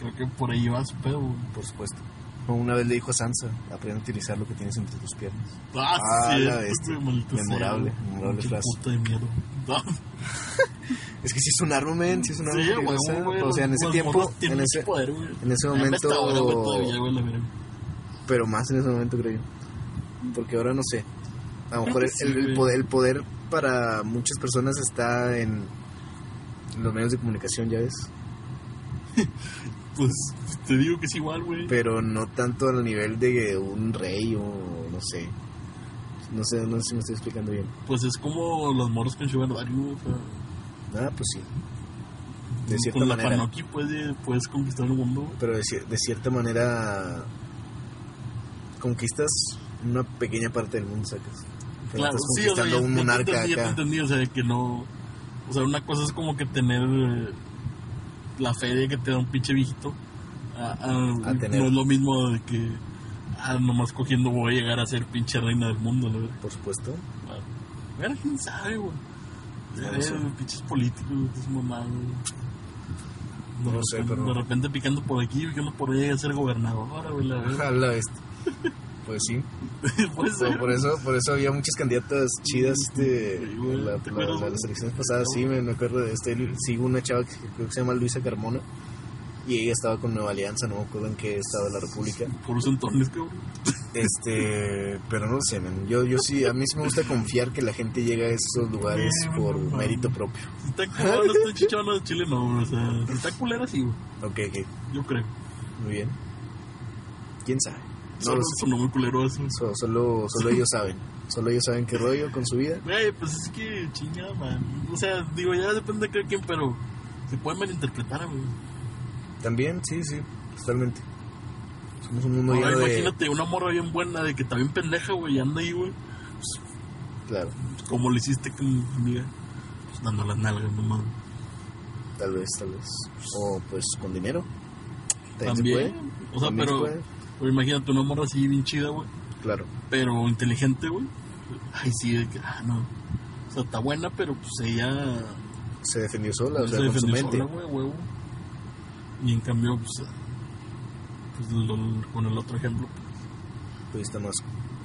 S2: Creo que por ahí va su pedo, güey.
S1: por supuesto. Como Una vez le dijo a Sansa, aprende a utilizar lo que tienes entre tus piernas.
S2: Ah,
S1: Ah,
S2: sí,
S1: la bestia. Memorable, memorable frase.
S2: puta de Ah, miedo.
S1: Es que si es un arma, men, si es un arma.
S2: sí, güey,
S1: peligrosa.
S2: güey.
S1: o sea, en ese
S2: las
S1: tiempo,
S2: morras tienen
S1: en ese,
S2: poder, güey.
S1: en ese
S2: Hasta
S1: momento-
S2: ahora, güey, todavía, güey, la verga.
S1: pero más en ese momento creo yo. Porque ahora no sé. A lo
S2: Creo
S1: mejor
S2: que
S1: el,
S2: sí,
S1: el
S2: güey.
S1: poder, el poder para muchas personas está en los medios de comunicación, ya ves.
S2: Pues te digo que es igual, güey.
S1: Pero no tanto al nivel de un rey o no sé. No sé, no sé si me estoy explicando bien.
S2: Pues es como los moros con Sugar Daddy, güey, o sea...
S1: Ah, pues sí. De cierta
S2: con
S1: manera.
S2: la Panoki puedes, puedes conquistar el mundo. güey.
S1: Pero de, cier- de cierta manera conquistas una pequeña parte del mundo, sacas. Pero
S2: Claro,
S1: estás
S2: sí, o sea,
S1: conquistando un
S2: ya, ya te
S1: monarca
S2: entendí, ya te
S1: acá.
S2: entendí, o sea, de que no... O sea, una cosa es como que tener eh, la fe de que te da un pinche viejito. a- a-
S1: A tener.
S2: No es lo mismo de que... Ah, nomás cogiendo voy a llegar a ser pinche reina del mundo, la verdad.
S1: Por supuesto.
S2: Ah, Mira, quién sabe, güey.
S1: No
S2: Ya
S1: lo
S2: ves,
S1: sé.
S2: pinches políticos, es mamá, güey.
S1: No
S2: De
S1: lo sé,
S2: repente-
S1: pero-
S2: De repente picando por aquí, picando por allá, a ser gobernadora, güey, la verdad.
S1: Ojalá este. Pues sí.
S2: Puede
S1: Pero
S2: ser.
S1: por eso, por eso había muchas candidatas chidas este,
S2: Sí, güey,
S1: en la-
S2: ¿te
S1: la-
S2: acuerdas,
S1: la-
S2: güey?
S1: las elecciones pasadas, sí, me, me acuerdo de este, sigo una chava que creo que se llama Luisa Carmona y ella estaba con Nueva Alianza, no me acuerdo en qué estado de la República.
S2: Por los entornos, cabrón.
S1: Este, pero no sé, men, yo yo sí, a mí sí me gusta confiar que la gente llega a esos lugares
S2: Bien,
S1: por
S2: mamá.
S1: mérito propio.
S2: Si está culero, está chichón de Chile, no, güey. O sea, si está culera, sí, güey.
S1: Ok, ok,
S2: Yo creo.
S1: muy bien. ¿Quién sabe? No
S2: Solo
S1: lo
S2: no,
S1: sé.
S2: sonó muy culero eso.
S1: So- solo, solo ellos saben. Solo ellos saben qué rollo con su vida.
S2: Güey, pues es que chingada, man. O sea, digo, ya depende de cada quien, pero se puede malinterpretar, güey.
S1: También, sí, sí, totalmente. Somos un mundo
S2: Ahora,
S1: lleno de...
S2: imagínate una morra bien buena de que está bien pendeja, güey, y anda ahí, güey. pues,
S1: Claro,
S2: Como le hiciste con tu amiga. Pues dando las nalgas, nomás.
S1: tal vez, tal vez. O pues con dinero.
S2: También. O sea,
S1: también se
S2: pero,
S1: puede.
S2: pero imagínate una morra así bien chida, güey.
S1: Claro,
S2: pero inteligente, güey. Ay, sí, de que, ah, no. O sea, está buena, pero pues ella
S1: se defendió sola, o
S2: se
S1: sea, con su
S2: defendió
S1: mente.
S2: sola, güey, huevo. Y en cambio, pues, pues, lo- con el otro ejemplo,
S1: Pues está más,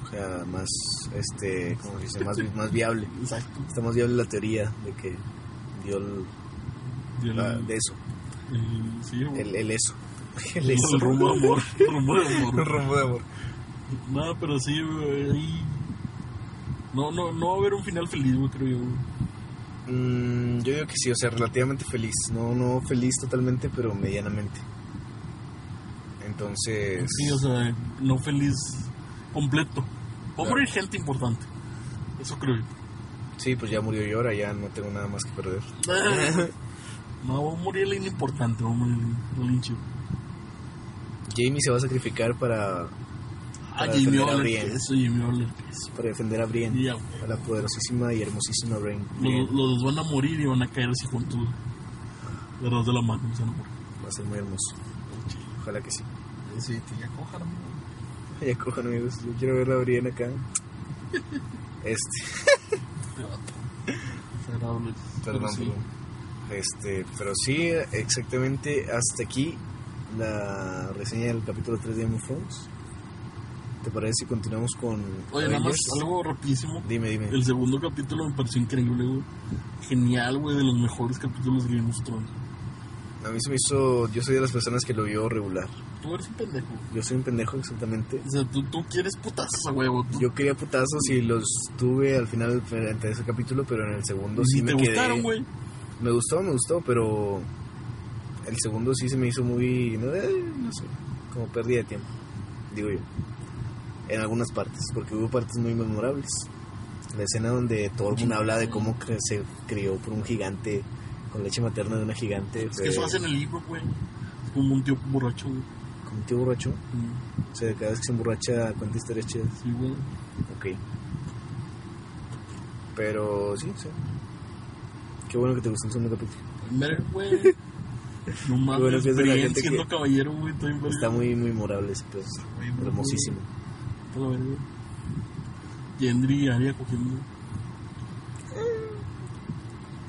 S1: o sea, más, este, como se dice, más, vi- más viable.
S2: exacto.
S1: Está más viable la teoría de que dio el,
S2: dio el-
S1: la- Ah, de eso,
S2: el- sí, güey.
S1: el, el eso.
S2: El rumbo de amor, rumbo de amor.
S1: El rumbo de amor.
S2: No, pero sí, güey. ahí- No, no, no va a haber un final feliz, güey, creo yo. güey.
S1: Mm, yo digo que sí, o sea, relativamente feliz. No, no feliz totalmente, pero medianamente. Entonces.
S2: Sí, o sea, no feliz completo. Va a morir gente importante. Eso creo yo.
S1: Sí, pues ya murió y ahora ya no tengo nada más que perder.
S2: No, va a morir alguien importante, va a morir alguien chido.
S1: Jamie se va a sacrificar para,
S2: Ah,
S1: Para
S2: Jimmy
S1: defender a
S2: Oler,
S1: Brienne.
S2: eso, Jimmy Oler, eso.
S1: para defender a Brienne,
S2: Ya,
S1: a la poderosísima y hermosísima Brienne.
S2: Los, los dos van a morir y van a caer así juntos. De los de la mano, se van a morir.
S1: Va a ser muy hermoso. Ojalá que sí.
S2: Eh, Sí, te ya cojan.
S1: Ya cojan amigos, yo quiero ver a Brienne acá. Este,
S2: Desagradable.
S1: perdón,
S2: Pero Pues sí.
S1: perdón. Este, pero sí, exactamente hasta aquí la reseña del capítulo 3 de Game of Thrones. ¿Te parece si continuamos con
S2: Oye, nada más
S1: Avengers?
S2: algo rapidísimo.
S1: Dime, dime.
S2: El segundo capítulo me pareció increíble, güey. Genial, güey, de los mejores capítulos de Game of Thrones.
S1: A mí se me hizo, yo soy de las personas que lo vio regular.
S2: Tú eres un pendejo.
S1: Yo soy un pendejo exactamente.
S2: O sea, tú, tú quieres putazos a huevo. Tú-
S1: Yo quería putazos y los tuve al final frente a ese capítulo, pero en el segundo sí
S2: y
S1: me
S2: te
S1: quedé.
S2: gustaron, güey.
S1: Me gustó, me gustó, pero el segundo sí se me hizo muy, no, eh, no sé, como pérdida de tiempo, digo yo. En algunas partes, porque hubo partes muy memorables. La escena donde todo el mundo habla de cómo cre- se crió por un gigante, con leche materna de una gigante,
S2: Es
S1: fue
S2: que eso hace en el libro, güey. Es como un tío borracho, güey. Mm,
S1: como un tío borracho. O sea, cada vez que se emborracha cuenta historias chidas.
S2: Sí, güey.
S1: Ok. Pero sí, sí. Qué bueno que te gustó el segundo capítulo.
S2: Verga, güey. No mames,
S1: Bueno, piensa la
S2: Brienne
S1: gente
S2: siendo
S1: que-
S2: caballero, güey. Está bien, verga.
S1: Está muy, muy memorable ese pedo.
S2: Güey, güey,
S1: Hermosísimo.
S2: güey. Está la verga. Gendry y Arya cogiendo.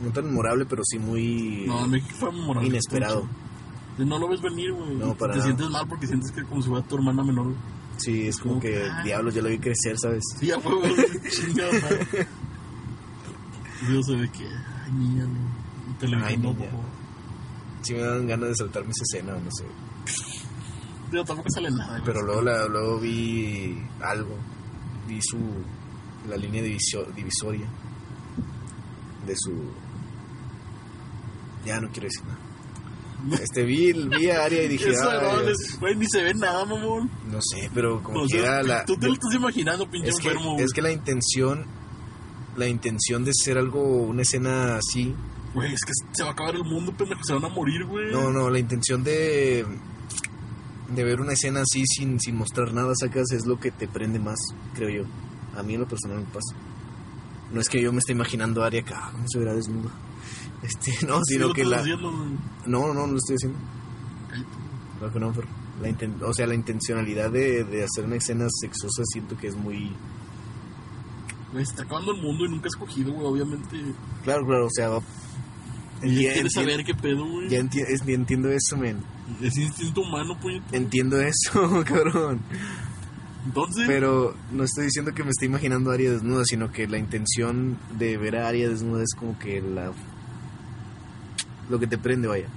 S1: No tan memorable, pero sí muy
S2: No, en México fue memorable.
S1: Eh, inesperado.
S2: Si No lo ves venir, güey.
S1: No,
S2: Y
S1: para
S2: Te
S1: nada.
S2: sientes mal porque sientes que como si fuera tu hermana menor. güey.
S1: Sí, es como
S2: Como
S1: que,
S2: que, ah.
S1: diablos, ya lo vi crecer, ¿sabes?
S2: Sí, ya fue, güey. Chingada, madre. Yo sé de que. Ay, niña, güey. Te lo
S1: Ay,
S2: digo, no,
S1: niña.
S2: por favor.
S1: Sí me dan ganas de saltarme esa escena, no sé.
S2: Digo, tampoco sale nada, güey.
S1: Pero luego, la, luego vi algo. Vi su... La línea divisio- divisoria. De su... Ya no quiero decir nada. Este, vi, vi a Aria y dije...
S2: Eso,
S1: "Ay,
S2: no,
S1: Dios".
S2: güey, ni se ve nada, mamón.
S1: No sé, pero como
S2: O
S1: que
S2: sea,
S1: era la...
S2: Tú te lo estás imaginando, pinche
S1: es, que,
S2: enfermo, güey.
S1: es que la intención... La intención de ser algo, una escena así...
S2: Güey, es que se va a acabar el mundo, pendejo. Se van a morir, güey.
S1: No, no, la intención de... De ver una escena así sin, sin mostrar nada, sacas, es lo que te prende más, creo yo. A mí en lo personal me pasa. No es que yo me esté imaginando a Aria acá, ¿cómo se verá desnudo? Este, no,
S2: Sí,
S1: sino
S2: lo
S1: que
S2: estás
S1: la...
S2: haciendo, güey.
S1: No, no, no lo estoy haciendo. Claro que no, pero la inten- o sea, la intencionalidad de, de hacer una escena sexosa siento que es muy...
S2: Güey, se está acabando el mundo y nunca has cogido, güey, obviamente.
S1: Claro, claro, o sea, va...
S2: Y
S1: Ya
S2: quieres
S1: enti-
S2: saber qué pedo, güey.
S1: Ya enti- es- ya entiendo eso, men.
S2: Es instinto humano, pues.
S1: Entiendo eso, cabrón.
S2: Entonces,
S1: Pero no estoy diciendo que me estoy imaginando a Aria desnuda, sino que la intención de ver a Aria desnuda es como que la... Lo que te prende, vaya.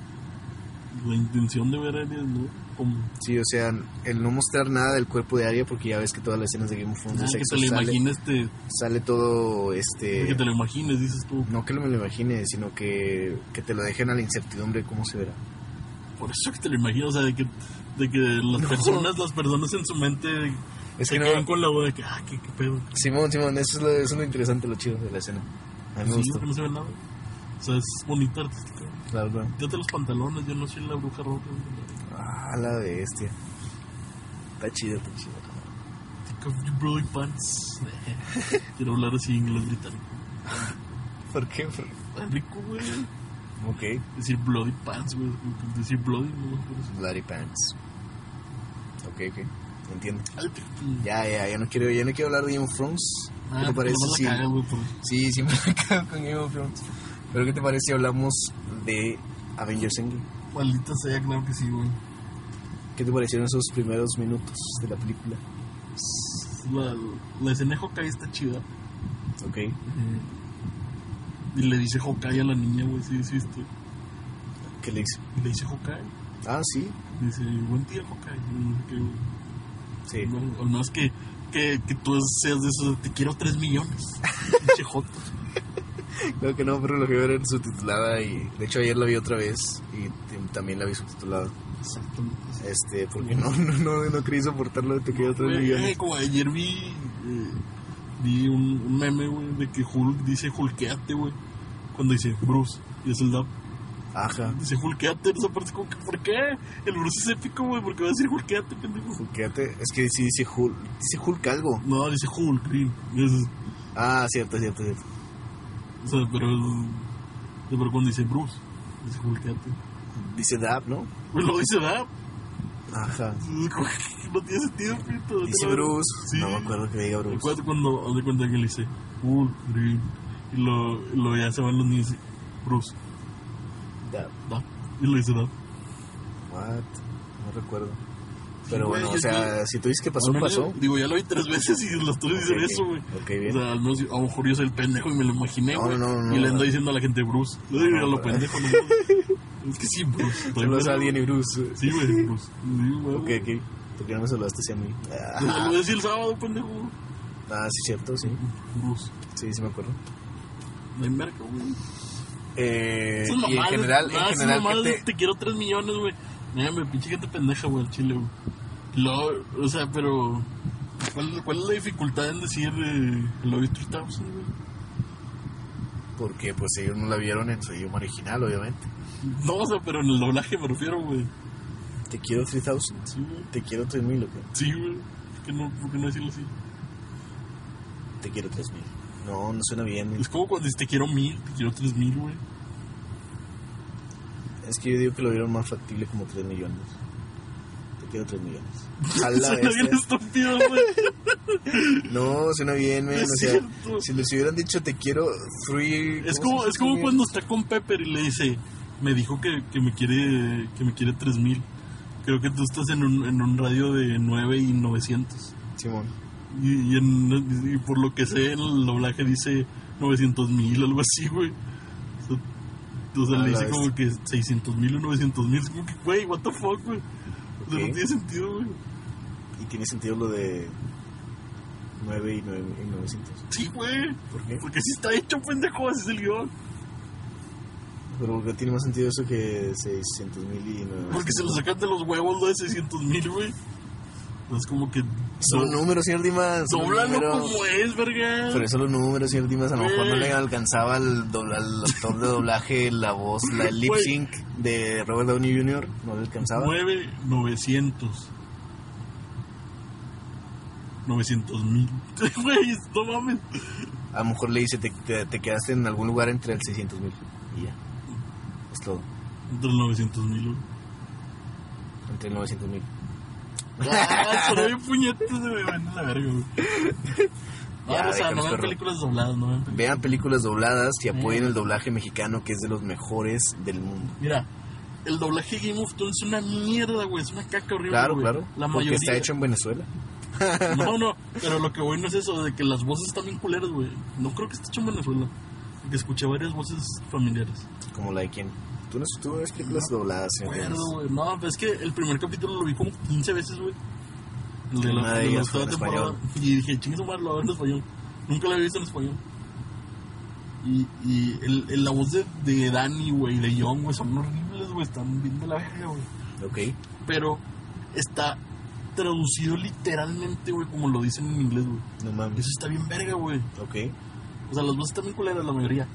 S2: la intención de ver a Arias, ¿no? Como
S1: Sí, o sea, el no mostrar nada del cuerpo de Aria, porque ya ves que todas las escenas de Game of Thrones de
S2: Ah, que
S1: sexo
S2: te lo
S1: pues, sale,
S2: imagines, te,
S1: sale todo este...
S2: que te lo imagines, dices tú.
S1: No que lo me lo imagine, sino que, que te lo dejen a la incertidumbre de cómo se verá.
S2: Por eso que te lo imagino, o sea, de que, de que las personas, las personas en su mente
S1: Es
S2: se
S1: que no...
S2: quedan con la boda de que, ah, qué, qué pedo.
S1: Simón, Simón, eso es, lo, eso es lo interesante, lo chido de la escena. A mí me
S2: Sí,
S1: gustó.
S2: que no se ve nada. O sea, es bonita artística.
S1: Claro, claro.
S2: Quítate los pantalones, yo no soy la bruja roja. güey.
S1: Ah, la bestia. Está chido, está chido.
S2: Take off your brody pants. Quiero hablar así en inglés británico.
S1: ¿Por qué?
S2: Está rico, güey.
S1: Ok.
S2: Decir bloody pants, güey. Decir bloody, no me acuerdo.
S1: Bloody pants. Ok, ok. Entiendo.
S2: Ay, te- te-
S1: Ya, ya, ya no quiero, ya no quiero hablar de Game of Thrones. ¿Qué
S2: Ah,
S1: te
S2: te
S1: parece?
S2: vas a
S1: si-
S2: cagar, güey, por-
S1: sí, sí me cago con Game of Thrones. Pero ¿qué te parece si hablamos de Avengers Endgame?
S2: Maldita sea, claro que sí, güey.
S1: ¿Qué te parecieron esos primeros minutos de la película?
S2: La, la escena de Hawkeye está chida.
S1: Ok.
S2: Y le dice Hawkeye a la niña, güey, sí, sí, este.
S1: ¿Qué le hizo?
S2: Y le dice Hawkeye.
S1: Ah, sí.
S2: Dice, buen día, Hawkeye. Y no sé qué, güey.
S1: Sí.
S2: No, o no es que, que, que tú seas de esos, te quiero 3 millones. Pinche joto.
S1: Creo que no, pero lo que ver en subtitulada y de hecho ayer la vi otra vez y t- también la vi subtitulada.
S2: Exactamente.
S1: Este, porque no, no, no, no quería soportarlo de que yo tres
S2: Güey, eh,
S1: millones.
S2: como ayer vi, eh, vi un, un meme, güey, de que Hulk dice Hulkeate, güey. Cuando dice Bruce, y es el DAP.
S1: Ajá.
S2: Dice Hulkeate, en esa parte como que, ¿por qué? El Bruce es épico, güey, porque va a decir Hulkeate, pendejo.
S1: Quédate, es que sí dice Hulk, dice Hulk algo.
S2: No, dice Hulk, Green. Y es-
S1: Ah, cierto, cierto, cierto.
S2: o sea, pero, pero cuando dice Bruce, dice Hulkeate.
S1: Dice Dab, ¿no?
S2: Pues lo dice DAP.
S1: Ajá.
S2: No tiene sentido, pito. vete
S1: Dice
S2: a la verga.
S1: Bruce.
S2: Sí.
S1: No me acuerdo que diga Bruce.
S2: Recuerdo cuando haz de cuenta que le dice Hulk, Green. Y lo, y lo ya se van los niños y dice Bruce.
S1: Dab.
S2: No, y lo hice no.
S1: What? No recuerdo.
S2: Sí,
S1: Pero
S2: güey,
S1: bueno,
S2: yo-
S1: o sea, si tú dices que pasó,
S2: Al menos
S1: pasó.
S2: yo- digo, ya lo vi tres veces y lo estoy diciendo
S1: Ok,
S2: eso, güey.
S1: ok, bien.
S2: O sea, al menos yo- a lo mejor yo soy el pendejo y me lo imaginé,
S1: No,
S2: güey.
S1: no, no,
S2: y le
S1: no.
S2: ando diciendo a la gente Bruce. Yo digo, a lo
S1: no.
S2: pendejo, no. güey. es que sí, Bruce. estoy
S1: Saludos a
S2: pendejo.
S1: alguien y Bruce.
S2: Sí, güey, Bruce. Sí, güey.
S1: Ok, ok. ¿Por qué no me saludaste así a mí?
S2: Te Lo
S1: Ah,
S2: voy a decir el sábado, pendejo.
S1: ah, sí, cierto, sí.
S2: Bruce.
S1: Sí, sí me acuerdo.
S2: No hay merca, güey.
S1: Eh,
S2: Esas
S1: y en
S2: mamadas-
S1: general, en
S2: ah, esas
S1: general,
S2: mamadas
S1: ¿qué
S2: de
S1: te...?
S2: te quiero 3 millones, güey. Mira, me pinche gente pendeja, güey, al chile, güey. Lo, o sea, pero. ¿Cuál, cuál es la dificultad en decir eh, Love 3000, güey?
S1: Porque pues ellos no la vieron en su idioma original, obviamente.
S2: No, o sea, pero en el doblaje me refiero, güey.
S1: Te quiero 3000.
S2: Sí, güey.
S1: Te quiero 3000, ok.
S2: Sí, güey. ¿Por qué no, por qué no decirlo así?
S1: Te quiero 3000. No, no suena bien.
S2: Es como cuando dices te quiero mil, te quiero tres mil, güey.
S1: Es que yo digo que lo vieron más factible como 3 millones. Te quiero 3 millones. A la
S2: Suena bien
S1: bestia.
S2: estúpido, güey.
S1: No, suena bien, men.
S2: Es
S1: O sea,
S2: cierto.
S1: si les hubieran dicho te quiero free.
S2: Es
S1: ¿cómo
S2: como,
S1: se dice?
S2: es como cuando está con Pepper y le dice, me dijo que, que me quiere que me quiere 3000. Creo que tú estás en un, en un radio de 9 y 900.
S1: Simón.
S2: Y, y en- y por lo que sé, el doblaje dice 900 mil, algo así, güey. O sea, o sea,
S1: A
S2: le
S1: Ah, la
S2: dice como que 600 mil o 900 mil. Es como que, güey, what the fuck, güey. O sea,
S1: Ok.
S2: no tiene sentido, güey.
S1: Y tiene sentido lo de 9 y 9 y 900.
S2: Sí, güey.
S1: ¿Por qué?
S2: Porque sí está hecho, pendejo, así es el guión.
S1: Pero ¿por qué tiene más sentido eso que 600 mil y 900?
S2: Porque se lo sacan de los huevos lo de 600 mil, güey. No es como que.
S1: Son números, señor Dimas. son
S2: Dóblalo
S1: números.
S2: como es, verga.
S1: Pero eso los números, señor Dimas, a lo mejor no
S2: Güey.
S1: le alcanzaba al, dobla- al actor de doblaje la voz, la el lip
S2: Güey.
S1: sync de Robert Downey Jr. No le alcanzaba.
S2: 9, 900. 900 mil. Güey, no mames.
S1: A lo mejor le dice, te, te- te quedaste en algún lugar entre el 600 mil. Y ya. Es todo.
S2: Entre los 900 mil, güey.
S1: Entre el 900 mil.
S2: Ah, sonó bien puñetes, güey. Ven a la verga, güey. No,
S1: Ya,
S2: o sea, no
S1: déjanos,
S2: vean
S1: perro.
S2: películas dobladas, no vean películas.
S1: Vean películas dobladas y apoyen
S2: Mm.
S1: el doblaje mexicano que es de los mejores del mundo.
S2: Mira, el doblaje de Game of Thrones es una mierda, güey. Es una caca horrible.
S1: Claro,
S2: güey.
S1: claro.
S2: La
S1: porque
S2: mayoría.
S1: está hecho en Venezuela.
S2: No, no, pero lo que voy no es eso, de que las voces están bien culeras, güey. No creo que esté hecho en Venezuela. Porque escuché varias voces familiares.
S1: Como la de quien. Tú no tú ves películas dobladas, señor
S2: Bueno,
S1: Dimas.
S2: güey. No, pero es que el primer capítulo lo vi como 15 veces, güey. El de
S1: Una
S2: la,
S1: de
S2: de la
S1: ellas fue
S2: segunda
S1: en
S2: temporada. Y dije, chingue su madre, lo voy a ver en español. Nunca lo había visto en español. Y, y el, el- la voz de, de Dani, güey, y de John, güey, son horribles, güey. Están bien de la verga, güey.
S1: Ok.
S2: Pero está traducido literalmente, güey, como lo dicen en inglés, güey.
S1: No mames.
S2: Eso está bien verga, güey.
S1: Ok.
S2: O sea, las voces están bien culeras, la mayoría.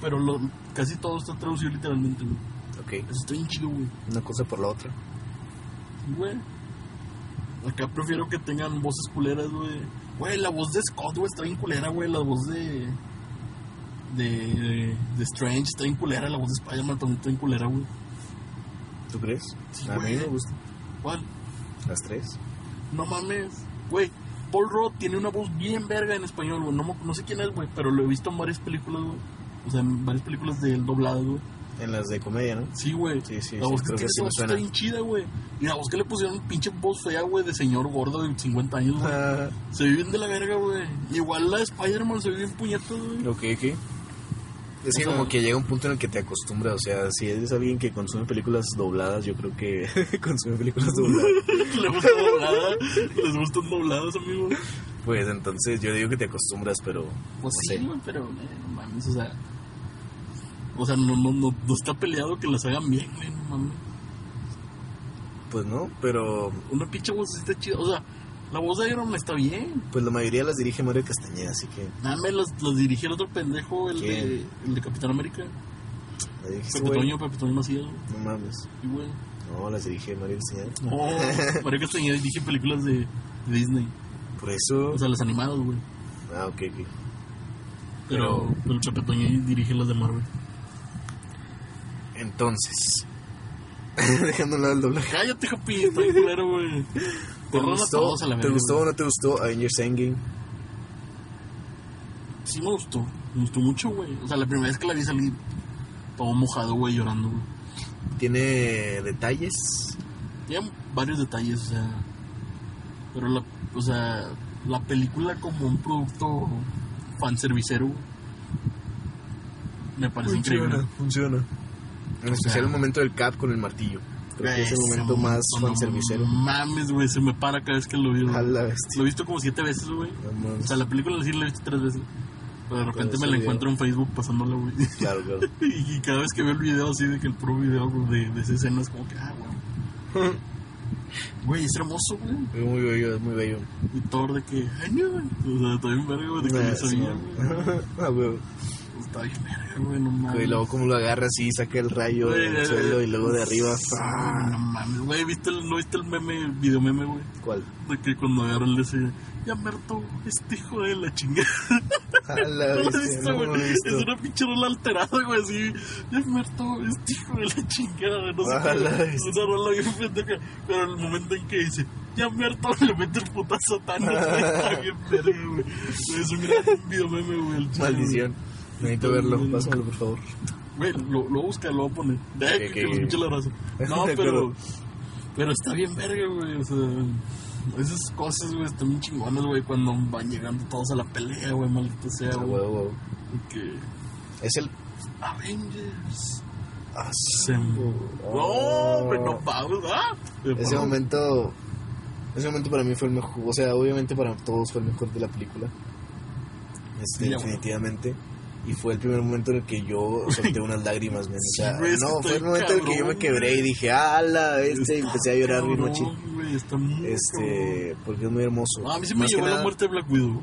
S2: Pero lo, casi todo está traducido literalmente, güey.
S1: Ok.
S2: Eso está bien chido, güey.
S1: Una cosa por la otra.
S2: Sí, güey. Acá prefiero que tengan voces culeras, güey. Güey, la voz de Scott, güey, está bien culera, güey. La voz de. De, de Strange está bien culera. La voz de Spider-Man también está bien culera, güey.
S1: ¿Tú crees?
S2: Sí,
S1: A mí
S2: güey.
S1: me gusta.
S2: ¿Cuál?
S1: Las tres.
S2: No mames. Güey, Paul Rudd tiene una voz bien verga en español, güey. No, mo- no sé quién es, güey, pero lo he visto en varias películas, güey. O sea, en varias películas del doblado, güey.
S1: En las de comedia, ¿no?
S2: Sí, güey.
S1: Sí, sí,
S2: La
S1: sí,
S2: voz que
S1: creo que
S2: tiene
S1: sí
S2: esa
S1: me
S2: voz está
S1: suena.
S2: bien chida, güey. Y la voz que le pusieron pinche voz fea, güey, de señor gordo de 50 años, güey.
S1: Ah,
S2: Se viven de la verga, güey. Igual la de Spider-Man se vive en puñetas, güey.
S1: ok, ok. Es que
S2: O sea-
S1: como que llega un punto en el que te acostumbras, o sea, si eres alguien que consume películas dobladas, yo creo que consume películas dobladas,
S2: Le gusta doblada. Les gustan dobladas, amigo.
S1: pues entonces yo digo que te acostumbras, pero
S2: Pues
S1: no sé.
S2: sí, güey, pero eh, no mames, o sea, O sea, no, no, no, no está peleado que las hagan bien, güey, no mames.
S1: Pues no, pero
S2: Una pinche voz está chida. O sea, la voz de Iron Man está bien.
S1: pues la mayoría las dirige Mario Castañeda, así que
S2: Dame, las, las dirigió el otro pendejo, el
S1: ¿Quién?
S2: de, el de Capitán América.
S1: la dirige ese
S2: Pepe
S1: güey.
S2: Toño, Pepe Toño Macías, güey.
S1: No mames.
S2: Y bueno.
S1: No, las dirige Mario Castañeda.
S2: Oh, Mario Castañeda dirige películas de, de Disney.
S1: Por eso...
S2: O sea, las animadas, güey.
S1: Ah, ok, ok.
S2: Pero, pero el Pepe Toño dirige las de Marvel.
S1: Entonces... Dejando a un lado el doblaje.
S2: Cállate, Japi, está bien culero, güey.
S1: ¿Te
S2: Borrón a
S1: gustó,
S2: todos a la
S1: ¿te
S2: verga,
S1: gustó o
S2: güey.
S1: no te gustó Avengers Endgame?
S2: Sí, me gustó. Me gustó mucho, güey. O sea, la primera vez que la vi salí todo mojado, güey, llorando, güey.
S1: Tiene detalles.
S2: Tiene varios detalles, o sea. Pero la, o sea, la película como un producto fanservicero, güey, me parece increíble.
S1: funciona. En
S2: O
S1: especial
S2: sea-
S1: el momento del Cap con el martillo. Creo que es el
S2: Ese
S1: momento más
S2: no
S1: fanservicero.
S2: Mames, güey, se me para cada vez que lo veo.
S1: A la
S2: Lo
S1: bestia.
S2: he visto como siete veces, güey.
S1: No mames.
S2: O sea, la película sí la he visto tres veces. Pero de repente
S1: Cuando
S2: me la
S1: salió.
S2: encuentro en Facebook pasándola, güey.
S1: Claro, claro.
S2: Y, y cada vez que veo el video así de que el pro video güey, de, de esa escena es como que, ah, güey. Güey, es hermoso, güey.
S1: Es muy bello, es muy bello.
S2: Y Thor de que, ay, no, güey. O sea, está bien verga, güey, de que
S1: Ah,
S2: le sabía,
S1: sí,
S2: güey. Pues,
S1: Ah, güey.
S2: Está bien verga, güey, no mames.
S1: Y luego como lo agarra así, saca el rayo
S2: Güey,
S1: del
S2: eh,
S1: suelo y luego de arriba.
S2: Ah,
S1: ¡pah!
S2: no mames, güey, ¿viste el, ¿no viste el meme, el video meme, güey?
S1: ¿Cuál?
S2: De que cuando agarra el ese, ya Merto, este hijo de la chingada.
S1: A la
S2: ¿No lo has
S1: bestia,
S2: visto,
S1: no
S2: güey?
S1: lo he
S2: Es
S1: visto.
S2: una pinche rola alterada, güey, así. Ya Merto, este hijo de la chingada, güey, no sé.
S1: A la
S2: qué.
S1: bestia.
S2: Es una rola bien pendeja, pero el momento en que dice, ya Merto le mete el putazo a Thanos, güey, está bien verga, güey. Es un gran video meme, güey. el chile,
S1: Maldición. Necesito verlo, pásamelo por favor.
S2: Güey, lo, lo busca, lo va a poner. Eh,
S1: Que-
S2: que,
S1: que-
S2: que escuche la raza. No,
S1: De acuerdo.
S2: pero. Pero está bien verga, güey. O sea, esas cosas, güey, están bien chingonas, güey, cuando van llegando todos a la pelea, güey, maldita sea,
S1: Ah,
S2: güey.
S1: huevo, huevo.
S2: Que.
S1: Es el...
S2: Avengers.
S1: ah,
S2: Assemble.
S1: Oh.
S2: No, güey, no pago, ¿ah?
S1: Ese momento, ese momento para mí fue el mejor, o sea, obviamente para todos fue el mejor de la película. Este,
S2: Sí, ya, güey.
S1: definitivamente. Y fue el primer momento en el que yo solté unas lágrimas, men. O sea,
S2: Sí, güey, es que
S1: no,
S2: está
S1: fue el
S2: bien
S1: momento en el que yo me
S2: cabrón,
S1: quebré y
S2: güey.
S1: dije, ala, este, y empecé a llorar bien
S2: Cabrón,
S1: machín.
S2: güey, está muy cabrón.
S1: Este, porque es muy hermoso.
S2: A mí sí me
S1: Más que
S2: llegó la
S1: nada-
S2: muerte de Black Widow.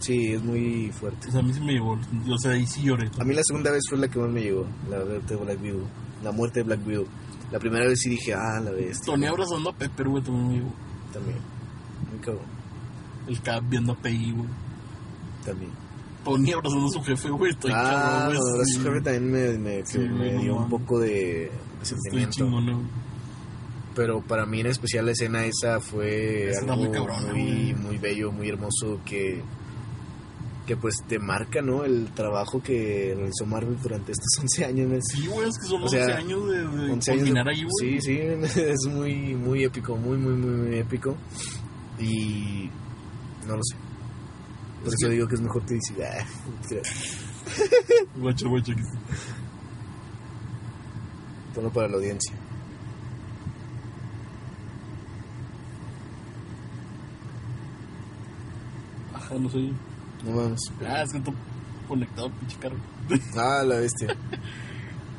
S1: Sí, es muy fuerte.
S2: O sea, a mí sí me llegó. O sea, ahí sí lloré.
S1: A mí la segunda vez fue la que más me llegó, la muerte de Black Widow. La muerte de Black Widow. La primera vez sí dije, ah, la bestia.
S2: Tony abrazando a Pepper, güey, también me llegó.
S1: También. Muy cabrón.
S2: El Cap viendo a Peggy, güey.
S1: También.
S2: Tony abrazando a su jefe, güey. Estoy
S1: Ah,
S2: cabrón,
S1: bueno,
S2: güey.
S1: ahora
S2: sí.
S1: su jefe también me, me,
S2: Sí,
S1: me
S2: güey, no
S1: dio un
S2: mames.
S1: poco de
S2: Estoy
S1: sentimiento.
S2: chingón, güey.
S1: Pero para mí en especial la escena esa fue
S2: Esa está
S1: algo muy,
S2: muy cabrona,
S1: muy,
S2: güey.
S1: bello, muy hermoso que, que pues te marca, ¿no? El trabajo que realizó Marvel durante estos 11 años. ¿no?
S2: Sí, güey, es que son
S1: O
S2: 11
S1: sea,
S2: años de,
S1: 11
S2: de
S1: años de-
S2: culminar ahí, güey.
S1: Sí, sí, es muy, muy épico, muy, muy, muy, muy épico. Y no lo sé. Por
S2: Es
S1: eso
S2: que-
S1: digo que es mejor que decir, ah,
S2: Guacha, guacha. que-
S1: ponlo para la audiencia.
S2: Ajá, no sé.
S1: No mames.
S2: Ah, es que está conectado, pinche carro.
S1: Ah, la bestia.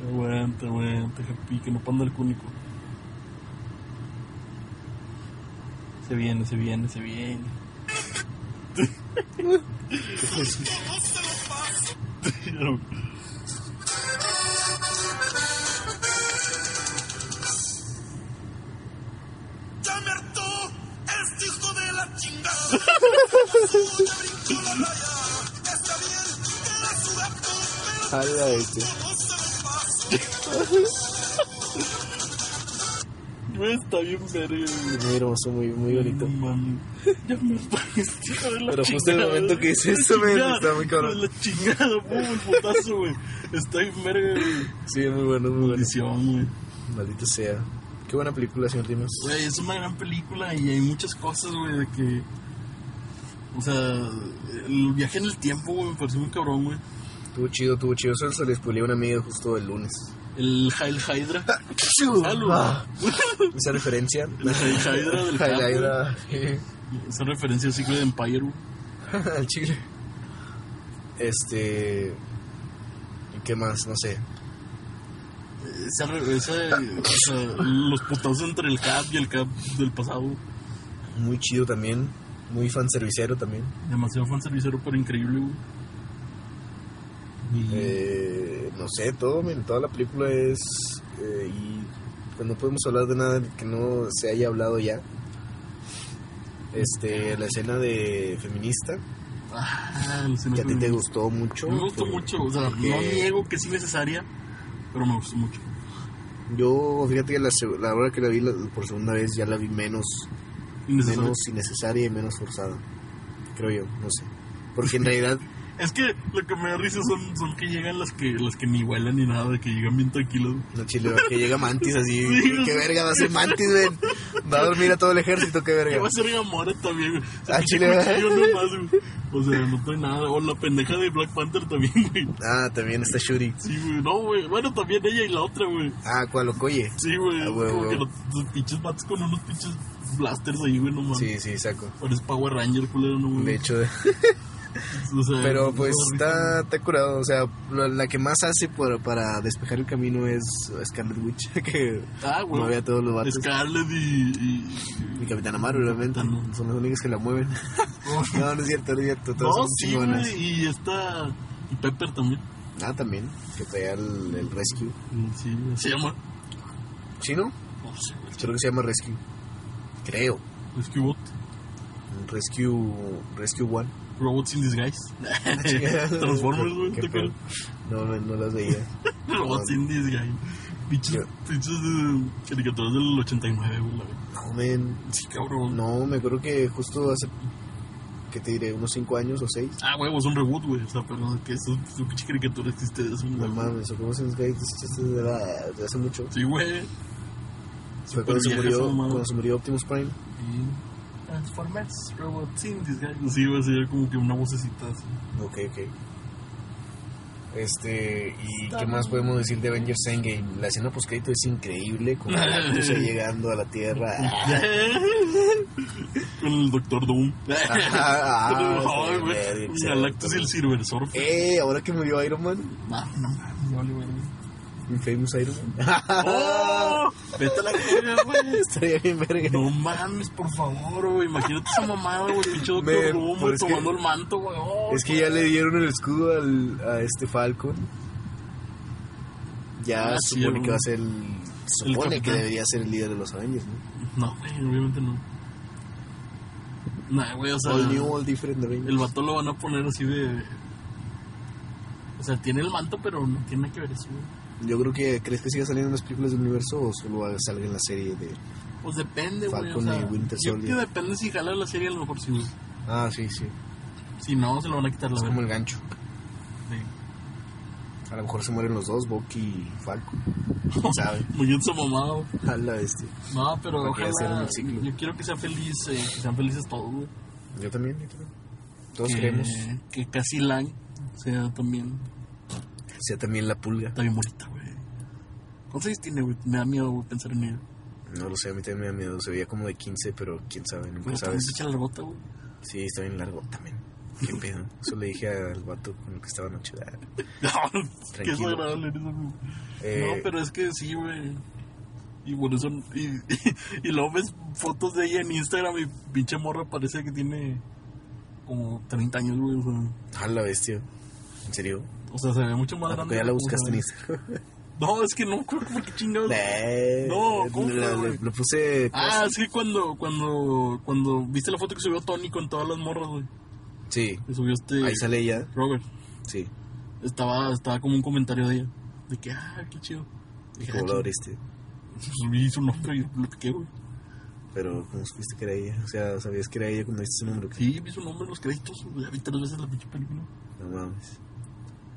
S2: Aguanta, aguanta, Happy, que no panda el cúnico. Se viene, se viene, se viene.
S3: Yamerto, este hijo de la chingada. Ya brincó la raya. Está bien, era su gato, pero
S1: A la bestia.
S3: no se lo pasó.
S2: Güey, está bien verga, güey.
S1: Muy hermoso, muy, muy bonito.
S2: No mames. Ya me este hijo de la
S1: Pero justo en el
S2: chingada,
S1: momento que
S2: güey.
S1: hice eso,
S2: La
S1: me-
S2: chingada,
S1: está muy cabrón.
S2: hijo de La chingada, güey, el putazo, güey. Está bien verga, güey.
S1: Sí, muy bueno, muy bueno.
S2: Bendición, güey.
S1: Maldita sea. Qué buena película, señor Dimas.
S2: Güey, es una gran película y hay muchas cosas, güey, de que. O sea, el viaje en el tiempo, güey, me pareció muy cabrón, güey.
S1: Estuvo chido, estuvo chido. Eso se les spoileé a una amiga justo el lunes.
S2: El Hail Hydra. Salud.
S1: Ah, Esa referencia.
S2: El Hail Hydra del
S1: Ay, la
S2: Cap, güey.
S1: ira.
S2: Esa referencia a Secret Empire, güey.
S1: Al chile. Este. Y ¿Qué más? No sé.
S2: Ese, re- ese- o sea, los putazos entre el cap y el cap del pasado.
S1: Muy chido también. Muy fanservicero también.
S2: Demasiado fanservicero, pero increíble, güey. Y-
S1: Eh, no sé, todo, men, toda la película es... eh, y pues no podemos hablar de nada que no se haya hablado ya. Este, la escena de feminista,
S2: Ah, la escena
S1: que a ti te
S2: feminista.
S1: gustó pues, mucho.
S2: Me gustó
S1: fue-
S2: mucho, o sea,
S1: porque
S2: no niego que sí necesaria, pero me gustó mucho.
S1: Yo, fíjate que la, se- la hora que la vi la- por segunda vez ya la vi menos,
S2: Innecesaria.
S1: menos innecesaria y menos forzada. Creo yo, no sé. Porque en realidad
S2: Es que lo que me da risa son, son que llegan las que las que ni huelen ni nada, de que llegan bien tranquilos.
S1: No, chile, que llega Mantis así.
S2: Sí, no
S1: qué
S2: sé.
S1: verga va a ser Mantis, ven. Va a dormir a todo el ejército, qué
S2: Que
S1: verga.
S2: va a ser Gamora también, güey. O sea,
S1: Ah,
S2: pinche
S1: chile,
S2: cuchillo nomás, güey. O sea, no trae nada. O la pendeja de Black Panther también, güey.
S1: Ah, también está Shuri.
S2: Sí, güey. No, güey. Bueno, también ella y la otra, güey.
S1: Ah, cual Okoye.
S2: Sí, güey.
S1: Ah,
S2: como
S1: güey,
S2: que
S1: güey.
S2: los, los pinches vatos con unos pinches blasters ahí, güey, nomás. Sí.
S1: Sí, sí, saco.
S2: Parece Power Ranger, culero, no, güey.
S1: De hecho,
S2: O sea,
S1: pero pues
S2: no,
S1: está, está curado. O sea, lo- la que más hace para, para despejar el camino es Scarlet Witch, que
S2: Ah, güey.
S1: mueve a todos los vatos.
S2: Scarlett y. y-
S1: Mi Capitana Marvel, obviamente.
S2: Capitana.
S1: Son las únicas que la mueven. No, no es cierto, no es cierto.
S2: No,
S1: Todas son
S2: sí,
S1: chingonas.
S2: güey. Y está. Y Pepper también.
S1: Ah, también. Que traía el, el Rescue.
S2: Sí, güey. Se llama.
S1: ¿Chino?
S2: No sé, güey.
S1: Creo que se llama Rescue. Creo.
S2: Es que bot.
S1: Rescue Rescue One.
S2: Robots in Disguise. Transformers, güey.
S1: Ah, Qué
S2: ¿te
S1: pedo.
S2: acuerdas?
S1: No, no, no las veía.
S2: Robots in Disguise. Pinches, pinches eh, caricaturas del 89, güey. la verdad.
S1: No, men.
S2: Sí, cabrón.
S1: No, me acuerdo que justo hace, que te diré, unos 5 años o 6.
S2: Ah, güey, es un reboot, güey. O sea, perdón, que eso- esa pinche caricatura existe desde hace un
S1: No
S2: huevo.
S1: mames, o como se nos cae, esto es de, la- de hace mucho.
S2: Sí, güey.
S1: Fue cuando se,
S2: vieja
S1: murió,
S2: esa mamada.
S1: cuando se murió Optimus Prime.
S2: Y Transformers, Robots in Disguise. Sí, güey, sería como que una vocecita así.
S1: Ok, ok. Este, ¿y qué más podemos decir de Avengers Endgame? La escena postcrédito es increíble, con Galactus ahí llegando a la Tierra.
S2: Con el Doctor Doom.
S1: Ah,
S2: No,
S1: sí,
S2: güey.
S1: verga, excelente.
S2: Galactus y el Silver Surfer.
S1: ¡Eh! Ahora que murió Iron Man,
S2: No, no, no, no, no.
S1: Infamous Iron Man.
S2: ¡Oh! Vete a la verga, güey.
S1: Estaría bien verga.
S2: No mames, por favor, güey. Imagínate esa mamada, güey. Pinche
S1: Me-
S2: Doctor Doom,
S1: pero
S2: güey,
S1: es que-
S2: tomando el manto, güey. Oh,
S1: Es que ya le dieron el escudo al, a este Falcon. Ya
S2: Ah, sí,
S1: supone
S2: ya,
S1: que va a ser el. Supone que
S2: capitán. Ah.
S1: debería ser el líder de los Avengers, ¿no?
S2: No, güey, obviamente no. Nah, güey, o sea.
S1: All new, all different
S2: El
S1: Avengers.
S2: vato lo van a poner así de. O sea, tiene el manto, pero no tiene nada que ver eso, güey.
S1: Yo creo que. ¿Crees que siga saliendo en las películas del universo o solo salga en la serie de.?
S2: Pues depende, güey. O
S1: Falcon
S2: sea,
S1: y Winter
S2: yo creo
S1: Soldier.
S2: que depende si jala la serie, a lo mejor sí, güey.
S1: Ah, sí, sí.
S2: Si no, se lo van a quitar
S1: Es
S2: la
S1: como el
S2: verga.
S1: gancho. A lo mejor se mueren los dos, Bucky y Falcon. ¿Quién sabe? este.
S2: Muy bien, su mamado.
S1: A la bestia.
S2: No, pero
S1: Para que ya cierren
S2: ojalá.
S1: el ciclo.
S2: Yo quiero que sea feliz, eh, que sean felices todos, güey.
S1: Yo también, yo también. Todos
S2: que,
S1: queremos.
S2: Que casi Lang sea también.
S1: Sea también la pulga.
S2: Está bien bonita, güey. ¿Cuántos años tiene, güey? Me da miedo, güey, pensar en ella.
S1: No lo sé, a mí también me da miedo. Se veía como de 15, pero quién sabe, nunca
S2: Pero también
S1: sabes.
S2: se echa la gota, güey.
S1: Sí, está bien largo también. Qué pedo. Eso le dije al vato con el que estaba anoche. Ah,
S2: No, qué
S1: Tranquilo.
S2: desagradable eres, güey.
S1: Eh,
S2: No, pero es que sí, güey. Y por eso. Y, y luego ves fotos de ella en Instagram y pinche morra parece que tiene como 30 años, güey. O sea,
S1: A la bestia. ¿En serio?
S2: o sea, se ve mucho más
S1: ¿A poco
S2: grande.
S1: ya la
S2: güey,
S1: buscaste en
S2: o sea.
S1: Instagram?
S2: No, es que no, creo que porque chingados.
S1: Eh,
S2: No, ¿cómo
S1: la-
S2: fue,
S1: le-
S2: güey?
S1: Lo puse. pues,
S2: Ah, es que cuando, cuando, cuando viste la foto que subió Tony con todas las morras, güey.
S1: Sí.
S2: Que subió este
S1: Ahí sale ella.
S2: Robert.
S1: Sí.
S2: Estaba, estaba como un comentario de ella. De que, ah, qué chido.
S1: ¿Y
S2: Dije,
S1: cómo
S2: ah,
S1: la
S2: chido.
S1: abriste?
S2: Subí su nombre y lo piqué, güey.
S1: Pero, ¿cómo supiste que era ella? O sea, ¿sabías que era ella cuando viste su nombre?
S2: Sí, vi su nombre en los créditos. güey, La vi tres veces la pinche película.
S1: No mames.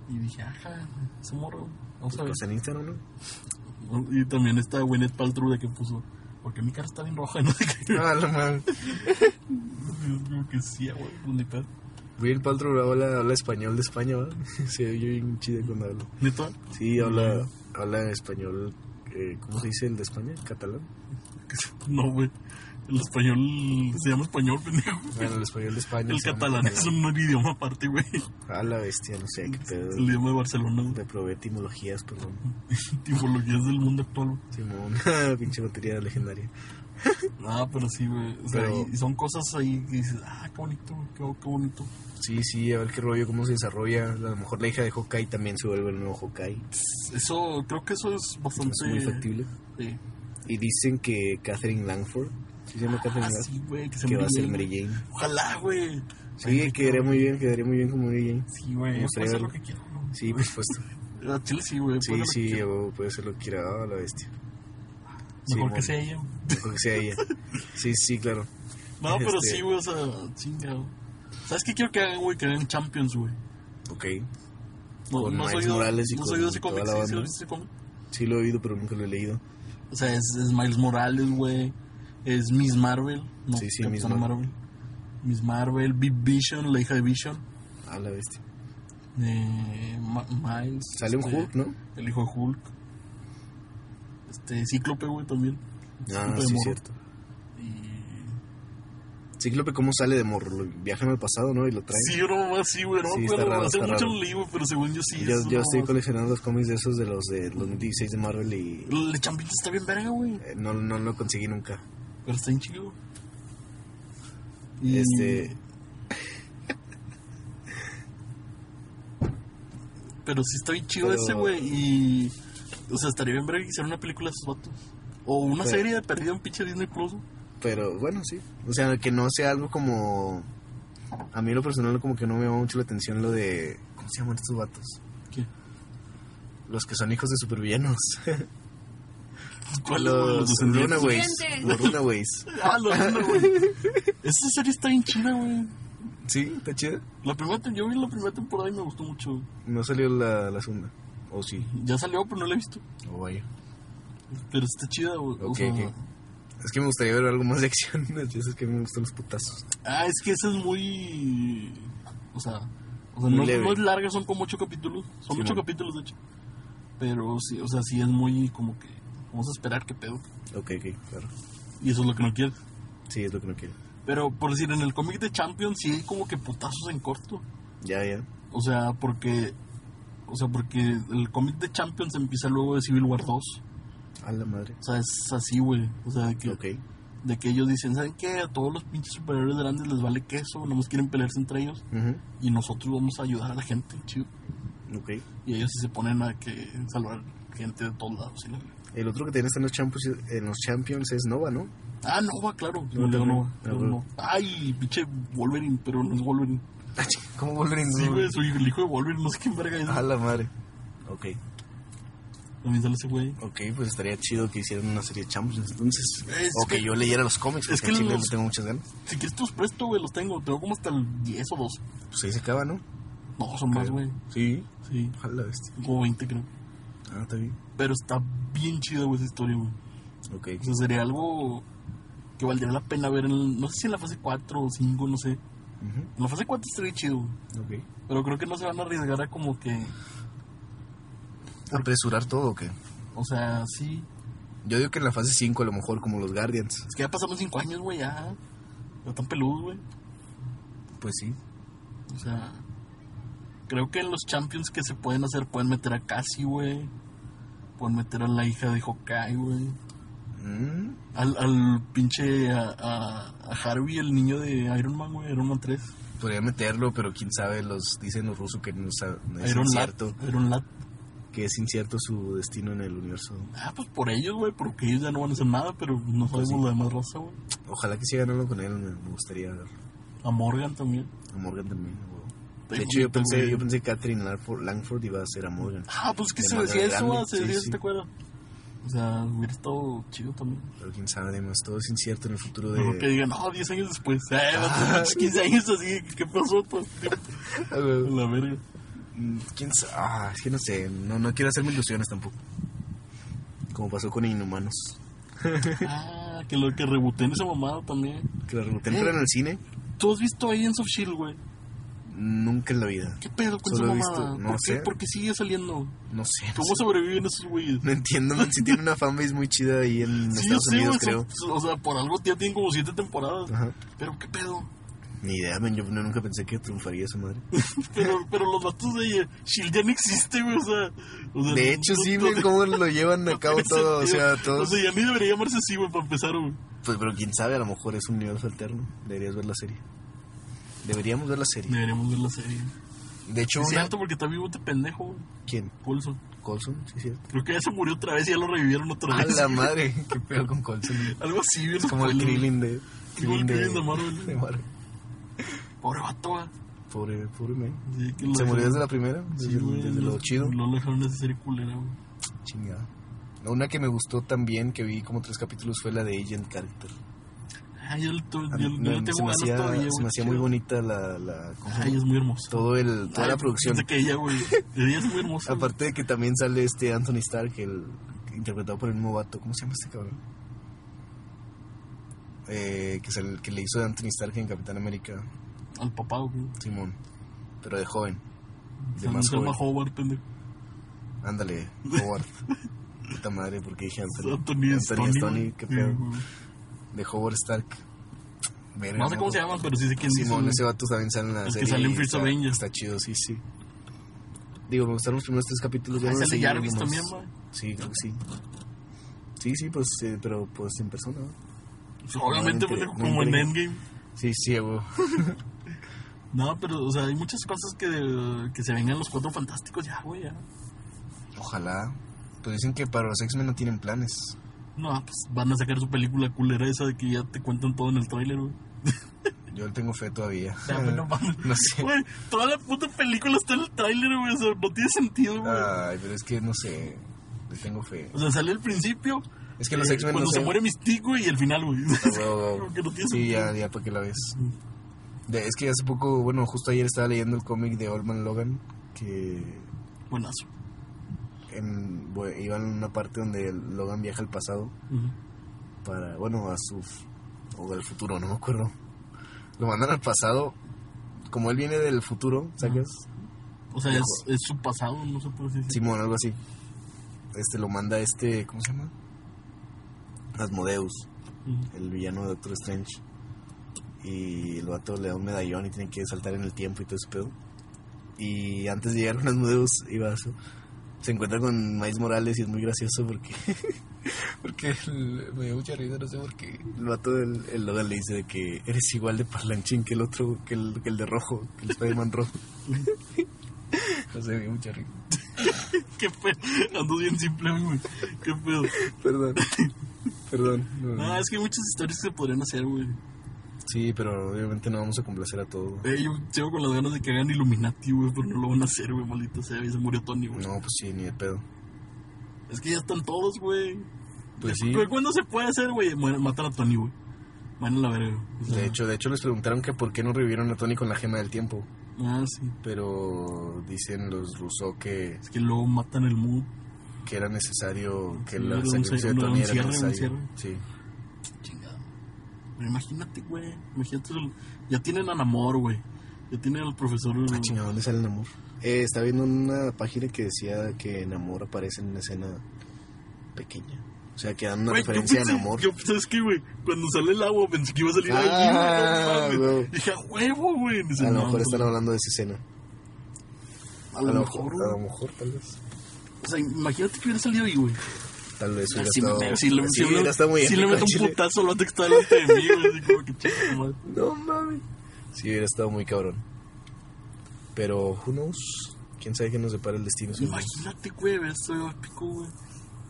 S2: Y dije, ajá, ese morro. Vamos a ver.
S1: ¿Pues en Instagram, no?
S2: Y también está Gwyneth Paltrow de que puso. Porque mi cara está bien roja, ¿no? sé qué.
S1: Ah, la mames.
S2: Es como que sí, güey, pues, ni pedo.
S1: Will Paltrow habla, habla español de España, ¿verdad? Se oye bien chida cuando habla.
S2: Neta,
S1: Sí, habla,
S2: Mm.
S1: habla español. eh, ¿Cómo se dice el de España? ¿Catalán?
S2: no, güey. El español se llama español, pendejo.
S1: Bueno, el español de España.
S2: El
S1: se llama
S2: catalán es un idioma aparte, güey.
S1: A la bestia, no sé qué pedo.
S2: El idioma de Barcelona, güey.
S1: Me probé etimologías, perdón.
S2: Tipologías del mundo actual, güey.
S1: Simón, pinche batería legendaria.
S2: Ah, pero sí, güey. O sea,
S1: Pero-
S2: y son cosas ahí que dices, ah, qué bonito, güey, qué, qué bonito.
S1: Sí, sí, a ver qué rollo, cómo se desarrolla. A lo mejor la hija de Hawkeye también se vuelve el nuevo Hawkeye.
S2: Eso, creo que eso es bastante.
S1: Es muy factible.
S2: Sí.
S1: Y dicen que Catherine Langford, ¿sí se llama Catherine
S2: Ah,
S1: Langford?
S2: sí, güey, que se
S1: que va a
S2: Mary
S1: ser Mary
S2: güey.
S1: Jane.
S2: Ojalá, güey.
S1: Sí, quedaría muy bien, quedaría muy bien como Mary Jane.
S2: Sí, güey,
S1: Como
S2: yo puedo hacer
S1: trailer.
S2: lo que quiero. güey.
S1: Sí, por supuesto.
S2: A Chile sí, güey.
S1: Sí,
S2: puedo hacer lo que
S1: sí,
S2: quiero.
S1: o puede ser lo que quiera, ah, la bestia.
S2: Mejor
S1: Simón.
S2: que sea ella.
S1: Mejor que sea ella. Sí, sí, claro.
S2: No, pero
S1: Este-
S2: sí, güey, o sea, chingado. ¿Sabes qué quiero que hagan, güey? Que hagan Champions, güey.
S1: Ok.
S2: No,
S1: Con
S2: no has
S1: Miles
S2: oído-
S1: Morales y
S2: no has
S1: con
S2: oído ese
S1: toda
S2: cómic,
S1: la
S2: sí,
S1: banda,
S2: sí,
S1: ¿no?
S2: ese cómic.
S1: Sí lo he oído, pero nunca lo he leído.
S2: O sea, es, es Miles Morales, güey. Es Miss Marvel. No,
S1: Sí, sí,
S2: Capitana
S1: Miss Marvel.
S2: Miss Marvel, Big Vision, la hija de Vision.
S1: A Ah, la bestia.
S2: Eh, Ma- Miles.
S1: Sale un
S2: este,
S1: Hulk, ¿no?
S2: El hijo de Hulk. Este, Cíclope, güey, también.
S1: Ah,
S2: Cíclope de
S1: sí,
S2: morro.
S1: cierto.
S2: Y
S1: Cíclope, ¿cómo sale de morro? Lo- Viajan al pasado, ¿no? Y lo traen.
S2: Sí, bro, más sí, güey. No
S1: Sí,
S2: me
S1: está
S2: acuerdo,
S1: raro,
S2: hace
S1: está
S2: mucho
S1: raro.
S2: leí, güey, pero según yo sí.
S1: yo
S2: es
S1: yo
S2: una
S1: estoy
S2: mamá.
S1: coleccionando los cómics de esos de los de 2016 de Marvel y
S2: El champito está bien verga, güey.
S1: eh, no, no lo conseguí nunca.
S2: Pero está bien chido. Y-
S1: Este,
S2: Pero sí está bien chido
S1: Pero-
S2: ese, güey. Y. O sea, estaría bien verga que hicieran una película de esos vatos. O
S1: Pero-
S2: una
S1: Pues
S2: serie de perdido en pinche Disney Plus. güey.
S1: pero bueno, sí. O sea, que no sea algo como... A mí lo personal como que no me llama mucho la atención lo de... ¿Cómo se llaman estos vatos?
S2: ¿Qué?
S1: Los que son hijos de supervillanos.
S2: ¿Cuál güey?
S1: los
S2: descendientes.
S1: Runaways.
S4: Siguiente.
S1: Los Runaways.
S2: Ah, los Runaways. Esa serie está bien chida, güey.
S1: Sí, está chido.
S2: La primera, tem- yo vi la primera temporada y me gustó mucho. güey.
S1: No salió la, la segunda. O sí.
S2: Ya salió, pero no la he visto.
S1: O Oh, vaya.
S2: Pero está chida, güey. O
S1: Ok,
S2: sea,
S1: ok. Es que me gustaría ver algo más de acción. Es que me gustan los putazos.
S2: Ah, es que esa es muy. O sea, o sea
S1: Muy
S2: no,
S1: leve.
S2: no es larga, son como ocho capítulos. Son
S1: Sí, bueno.
S2: ocho capítulos, de hecho. Pero sí, o sea, sí es muy como que. Vamos a esperar qué pedo.
S1: Ok, ok, claro.
S2: Y eso es lo que no quieres.
S1: Sí, es lo que no quiero.
S2: Pero por decir, en el cómic de Champions sí hay como que putazos en corto.
S1: Ya, ya.
S2: O sea, porque. O sea, porque el cómic de Champions empieza luego de Civil War 2.
S1: A la madre.
S2: O sea, es así, güey. O sea, de que,
S1: Ok.
S2: de que ellos dicen, ¿saben qué? A todos los pinches superhéroes grandes les vale queso, nomás quieren pelearse entre ellos.
S1: Ujú,
S2: Y nosotros vamos a ayudar a la gente, chido.
S1: Ok.
S2: Y ellos sí se ponen a que salvar gente de todos lados. ¿sí?
S1: El otro que tienes en los Champions, en los Champions es Nova, ¿no?
S2: Ah, Nova, claro.
S1: No, no,
S2: Leo Nova,
S1: no,
S2: Leo
S1: no.
S2: Nova. Ay, pinche Wolverine, pero no es Wolverine.
S1: Ah, ¿Cómo Wolverine?
S2: Sí, güey, soy el hijo de Wolverine, no sé quién verga es.
S1: A la madre. Ok.
S2: También sale ese güey.
S1: Ok, pues estaría chido que hicieran una serie de Champions entonces.
S2: Es
S1: o que,
S2: que-
S1: yo leyera los cómics,
S2: es
S1: porque
S2: que
S1: en Chile
S2: los-
S1: no tengo muchas ganas.
S2: Si quieres te los presto, güey, los tengo. Tengo como hasta el 10 o 2.
S1: Pues ahí se acaba, ¿no?
S2: No, son más,
S1: Creo.
S2: güey.
S1: Sí.
S2: Sí,
S1: Ojalá bestia.
S2: como 20 creo.
S1: Ah, está bien.
S2: Pero está bien chida, güey, esa historia, güey.
S1: Ok.
S2: O sea, sería algo que valdría la pena ver en, el- no sé si en la fase 4 o 5, no sé. En
S1: Ujú,
S2: la fase 4 estaría chido, güey.
S1: Ok.
S2: Pero creo que no se van a arriesgar a como que...
S1: ¿Apresurar todo o qué?
S2: O sea, sí.
S1: Yo digo que en la fase 5 a lo mejor como los Guardians.
S2: Es que ya pasaron 5 años, güey, ya. Ya están peludos, güey.
S1: Pues sí.
S2: O sea, creo que en los Champions que se pueden hacer pueden meter a Cassie, güey. Pueden meter a la hija de Hawkeye, güey.
S1: Mm,
S2: Al, al pinche a, a, a Harvey, el niño de Iron Man, güey, Iron Man 3.
S1: podría meterlo, pero quién sabe, los dicen los rusos que no sa- no es
S2: Iron Lad.
S1: incierto,
S2: Iron Lad.
S1: que es incierto su destino en el universo.
S2: Ah, pues por ellos, güey, porque ellos ya no van a hacer nada, pero no sabemos
S1: Pues sí.
S2: la demás raza, güey.
S1: Ojalá que sigan algo con él, me me gustaría ver.
S2: A Morgan también.
S1: A Morgan también, huevo.
S2: Está
S1: De hecho, yo
S2: bonito,
S1: pensé,
S2: güey.
S1: yo pensé que Catherine Langford, Langford iba a ser a Morgan.
S2: Ah, pues que
S1: de
S2: se
S1: mano
S2: decía
S1: de
S2: eso
S1: grande,
S2: hace
S1: sí,
S2: 10,
S1: sí.
S2: ¿te acuerdas? O sea, hubiera estado chido también.
S1: Pero quién sabe, además, todo es incierto en el futuro de...
S2: Pero que digan, no, 10 años después. Eh, vato, 15 años así, ¿qué pasó? Pues,
S1: Ah, huevo.
S2: la verga.
S1: Mm, ¿Quién sabe? Ah, es que no sé, no, no quiero hacerme ilusiones tampoco. Como pasó con Inhumanos.
S2: Ah, que lo que reboté en esa mamada también.
S1: Que la reboté pero en el cine.
S2: ¿Tú has visto Agents of Shield, güey?
S1: Nunca en la vida.
S2: ¿Qué pedo con
S1: Solo he
S2: esa mamada?
S1: visto- no
S2: ¿Por, qué?
S1: sé.
S2: ¿Por qué sigue saliendo?
S1: No sé. no
S2: ¿Cómo
S1: sé.
S2: sobreviven esos güeyes?
S1: No entiendo, man. Si tiene una fanbase muy chida ahí en
S2: Sí, yo
S1: Estados
S2: sé,
S1: Unidos,
S2: güey.
S1: creo.
S2: son- O sea, por algo ya tienen como siete temporadas.
S1: Ajá.
S2: Pero qué pedo.
S1: Ni idea, man. Yo nunca pensé que triunfaría su madre.
S2: Pero, pero los vatos de Shield ya no existe, güey. O sea, o sea,
S1: De hecho,
S2: no-
S1: sí,
S2: no-
S1: güey,
S2: no-
S1: cómo lo llevan
S2: no
S1: a cabo
S2: tiene
S1: todo. O
S2: sentido.
S1: sea, todos.
S2: O sea, ya ni debería llamarse así, güey, para empezar, güey.
S1: Pues, pero quién sabe, a lo mejor es un universo alterno. Deberías ver la serie. Deberíamos ver la serie.
S2: Deberíamos ver la serie.
S1: De hecho,
S2: Es
S1: una-
S2: cierto, porque está vivo este pendejo, güey,
S1: ¿quién?
S2: Colson.
S1: Colson, sí, cierto.
S2: Creo que ya se murió otra vez y ya lo revivieron otra
S1: A
S2: vez.
S1: la madre, qué pedo con Colson.
S2: Algo así, güey.
S1: Es como el
S2: spoiler, güey.
S1: Krillin de.
S2: Como el Krillin de Marvel.
S1: de Marvel.
S2: Pobre vato, güey.
S1: Pobre, pobre man.
S2: Sí, que lo
S1: Se murió
S2: dejaron-
S1: desde la primera, desde,
S2: Sí, güey,
S1: desde lo chido.
S2: Lo dejaron de serie culera, güey.
S1: Chingada. Una que me gustó también, que vi como tres capítulos, fue la de Agent Character.
S2: Ay, yo, le tuve-
S1: A
S2: yo-
S1: mí-
S2: yo le
S1: me- se
S2: tengo
S1: me
S2: ganas
S1: hacía,
S2: todavía, güey.
S1: se me hacía muy
S2: chido.
S1: bonita la, la- ¿cómo se
S2: Ay,
S1: llama?
S2: es muy hermosa.
S1: todo el, toda
S2: Ay,
S1: la producción.
S2: desde que ella, güey. Ella es muy hermosa. güey.
S1: Aparte de que también sale este Anthony Stark, el interpretado por el mismo vato. ¿Cómo se llama este cabrón? Eh, que, es el que le hizo de Anthony Stark en Capitán América,
S2: Al papá, güey.
S1: Simón. Pero de joven. De
S2: San
S1: más
S2: Selma
S1: joven.
S2: Howard, pendejo.
S1: Ándale, Howard. Puta madre, porque dije Anthony.
S2: Anthony Stoney.
S1: Stoney,
S2: güey.
S1: qué
S2: Sí,
S1: pedo.
S2: güey.
S1: De Howard Stark. Verga,
S2: No sé cómo se llama, pero sí sé quién es.
S1: Simón,
S2: güey.
S1: ese vato también sale en la
S2: El que
S1: serie.
S2: sale en
S1: y
S2: First
S1: está,
S2: Avenger.
S1: Está chido, sí, sí. Digo, me gustaron los primeros tres capítulos. ya
S2: Ah,
S1: no le
S2: sale
S1: seguí
S2: Jarvis
S1: nomás.
S2: también, güey.
S1: Sí, creo que sí. Sí, sí, pues, eh, pero pues en persona. ¿no?
S2: Obviamente,
S1: No, no
S2: pendejo,
S1: intriga, no
S2: como en
S1: intriga.
S2: Endgame.
S1: Sí, sí, güey.
S2: No, pero, o sea, hay muchas cosas que, que se vengan los cuatro fantásticos ya, güey, ya.
S1: Ojalá. Pues dicen que para los X-Men no tienen planes.
S2: No, pues van a sacar su película culera esa de que ya te cuentan todo en el tráiler, güey.
S1: Yo le tengo fe todavía.
S2: Ya, güey, no mames.
S1: No sé.
S2: Güey, toda la puta película está en el tráiler, güey. O sea, no tiene sentido, güey.
S1: Ay, pero es que no sé. Le tengo fe.
S2: O sea, sale al principio.
S1: Es que los
S2: eh,
S1: X-Men
S2: Cuando
S1: no
S2: se
S1: sé. Ah,
S2: muere Mystique, güey, y el final, güey.
S1: Huevo,
S2: Como que no
S1: huevo. Sí,
S2: tiene sentido. Mm.
S1: ya, ya, para que la ves. De- es que hace poco, bueno, justo ayer estaba leyendo el cómic de Old Man Logan. Que
S2: Buenazo.
S1: en, bu- iban en una parte donde Logan viaja al pasado.
S2: Ujú.
S1: para, bueno, a su, o del futuro, no me acuerdo. Lo mandan al pasado, como él viene del futuro, ¿sacas?
S2: O sea, es, es su pasado, no se puede decir.
S1: Simón, algo así. Este lo manda este, ¿cómo se llama? Asmodeus,
S2: Ujú.
S1: el villano de Doctor Strange. Y el vato le da un medallón y tiene que saltar en el tiempo y todo ese pedo. Y antes de llegar con Asmodeus, iba a su- se encuentra con Miles Morales y es muy gracioso porque porque el- me dio mucha risa, no sé por qué. El vato del el Logan le dice de que eres igual de parlanchín que el otro, que el, que el de rojo, que el Spider-Man rojo. no sé, me dio mucha risa.
S2: Qué pedo. Ando bien simple, güey. Qué pedo.
S1: Perdón. Perdón. no.
S2: No, es que hay muchas historias que se podrían hacer, güey.
S1: Sí, pero obviamente no vamos a complacer a todos.
S2: Eh, yo sigo con las ganas de que hagan Illuminati, güey, pero no lo van a hacer, güey, maldita sea. Ya se murió Tony, güey.
S1: No, pues sí, ni de pedo.
S2: Es que ya están todos, güey.
S1: Pues sí.
S2: Güey, ¿Cuándo se puede hacer, güey? Muere- Matan a Tony, güey. Bueno, la verga. güey. O sea,
S1: De hecho, de hecho les preguntaron que por qué no revivieron a Tony con la gema del tiempo.
S2: Ah, sí.
S1: Pero dicen los rusos que,
S2: Es que luego matan el mundo.
S1: que era necesario que
S2: Sí,
S1: la
S2: era un
S1: sacrificio de
S2: cierre,
S1: Tony
S2: un
S1: era
S2: cierre, un
S1: necesario.
S2: cierre.
S1: Sí.
S2: Chingado. Pero imagínate, güey. Imagínate. el- Ya tienen a Namor, güey. Ya tienen al profesor.
S1: Ah, chingada, ¿dónde sale Namor? Eh, estaba viendo una página que decía que Namor aparece en una escena pequeña. O sea, que dan una
S2: Güey, yo
S1: referencia a
S2: pensé-
S1: Namor.
S2: Yo, ¿sabes qué, güey? Cuando sale el agua pensé que iba a salir ahí,
S1: Ah,
S2: güey. no mames.
S1: güey.
S2: Dije, a huevo, güey. Dice,
S1: a lo
S2: no,
S1: mejor
S2: no.
S1: están hablando de esa escena.
S2: A lo mejor,
S1: A lo
S2: güey.
S1: mejor, tal vez.
S2: O sea, imagínate que hubiera salido ahí, güey.
S1: Tal vez hubiera
S2: Si
S1: estado...
S2: me- si le
S1: sí,
S2: si
S1: hubiera
S2: le-
S1: estado muy
S2: si le
S1: épico,
S2: meto un
S1: chile.
S2: putazo al vato que está delante de mí, güey. Así como que chido, madre.
S1: No mames. Sí, hubiera estado muy cabrón. Pero, who knows? ¿Quién sabe qué nos depara el destino? señor?
S2: Imagínate, güey, ver esto épico, güey.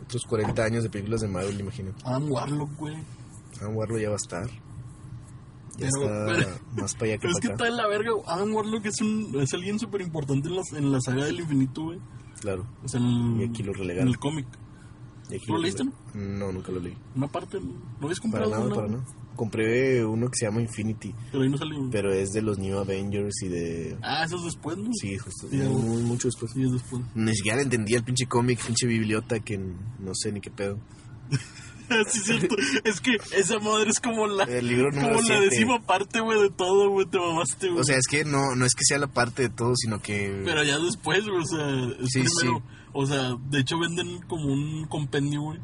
S1: Otros 40 años de películas de Marvel, imagínate.
S2: Adam Warlock, güey.
S1: Adam Warlock ya va a estar. Ya
S2: Pero-
S1: está más para allá que
S2: Pero es que
S1: para acá.
S2: está en la verga. güey. Adam Warlock es, un, es alguien súper importante en la, en la saga del infinito, güey.
S1: Claro.
S2: O sea, en el,
S1: Y aquí lo relegaron.
S2: en el cómic.
S1: Y aquí
S2: ¿Tú lo leíste,
S1: No, nunca lo leí.
S2: Una parte, ¿no ¿No habías
S1: Para
S2: comprado
S1: nada,
S2: una?
S1: para nada. Compré uno que se llama Infinity,
S2: Pero ahí no salió. güey.
S1: pero es de los New Avengers y de...
S2: Ah, eso es después, ¿no?
S1: Sí, justo.
S2: Sí,
S1: ya
S2: güey.
S1: muy- mucho después.
S2: Sí, es después.
S1: Ni siquiera entendía el pinche cómic, pinche bibliota que n- no sé ni qué pedo.
S2: Ah, sí, es cierto. Es que esa madre es como la.
S1: El libro número
S2: como la
S1: siete.
S2: décima parte, güey, de todo, güey. Te mamaste, güey.
S1: O sea, es que no, no es que sea la parte de todo, sino que...
S2: Pero ya después, güey, o sea, es
S1: Sí,
S2: primero.
S1: sí.
S2: O sea, de hecho venden como un compendio, güey.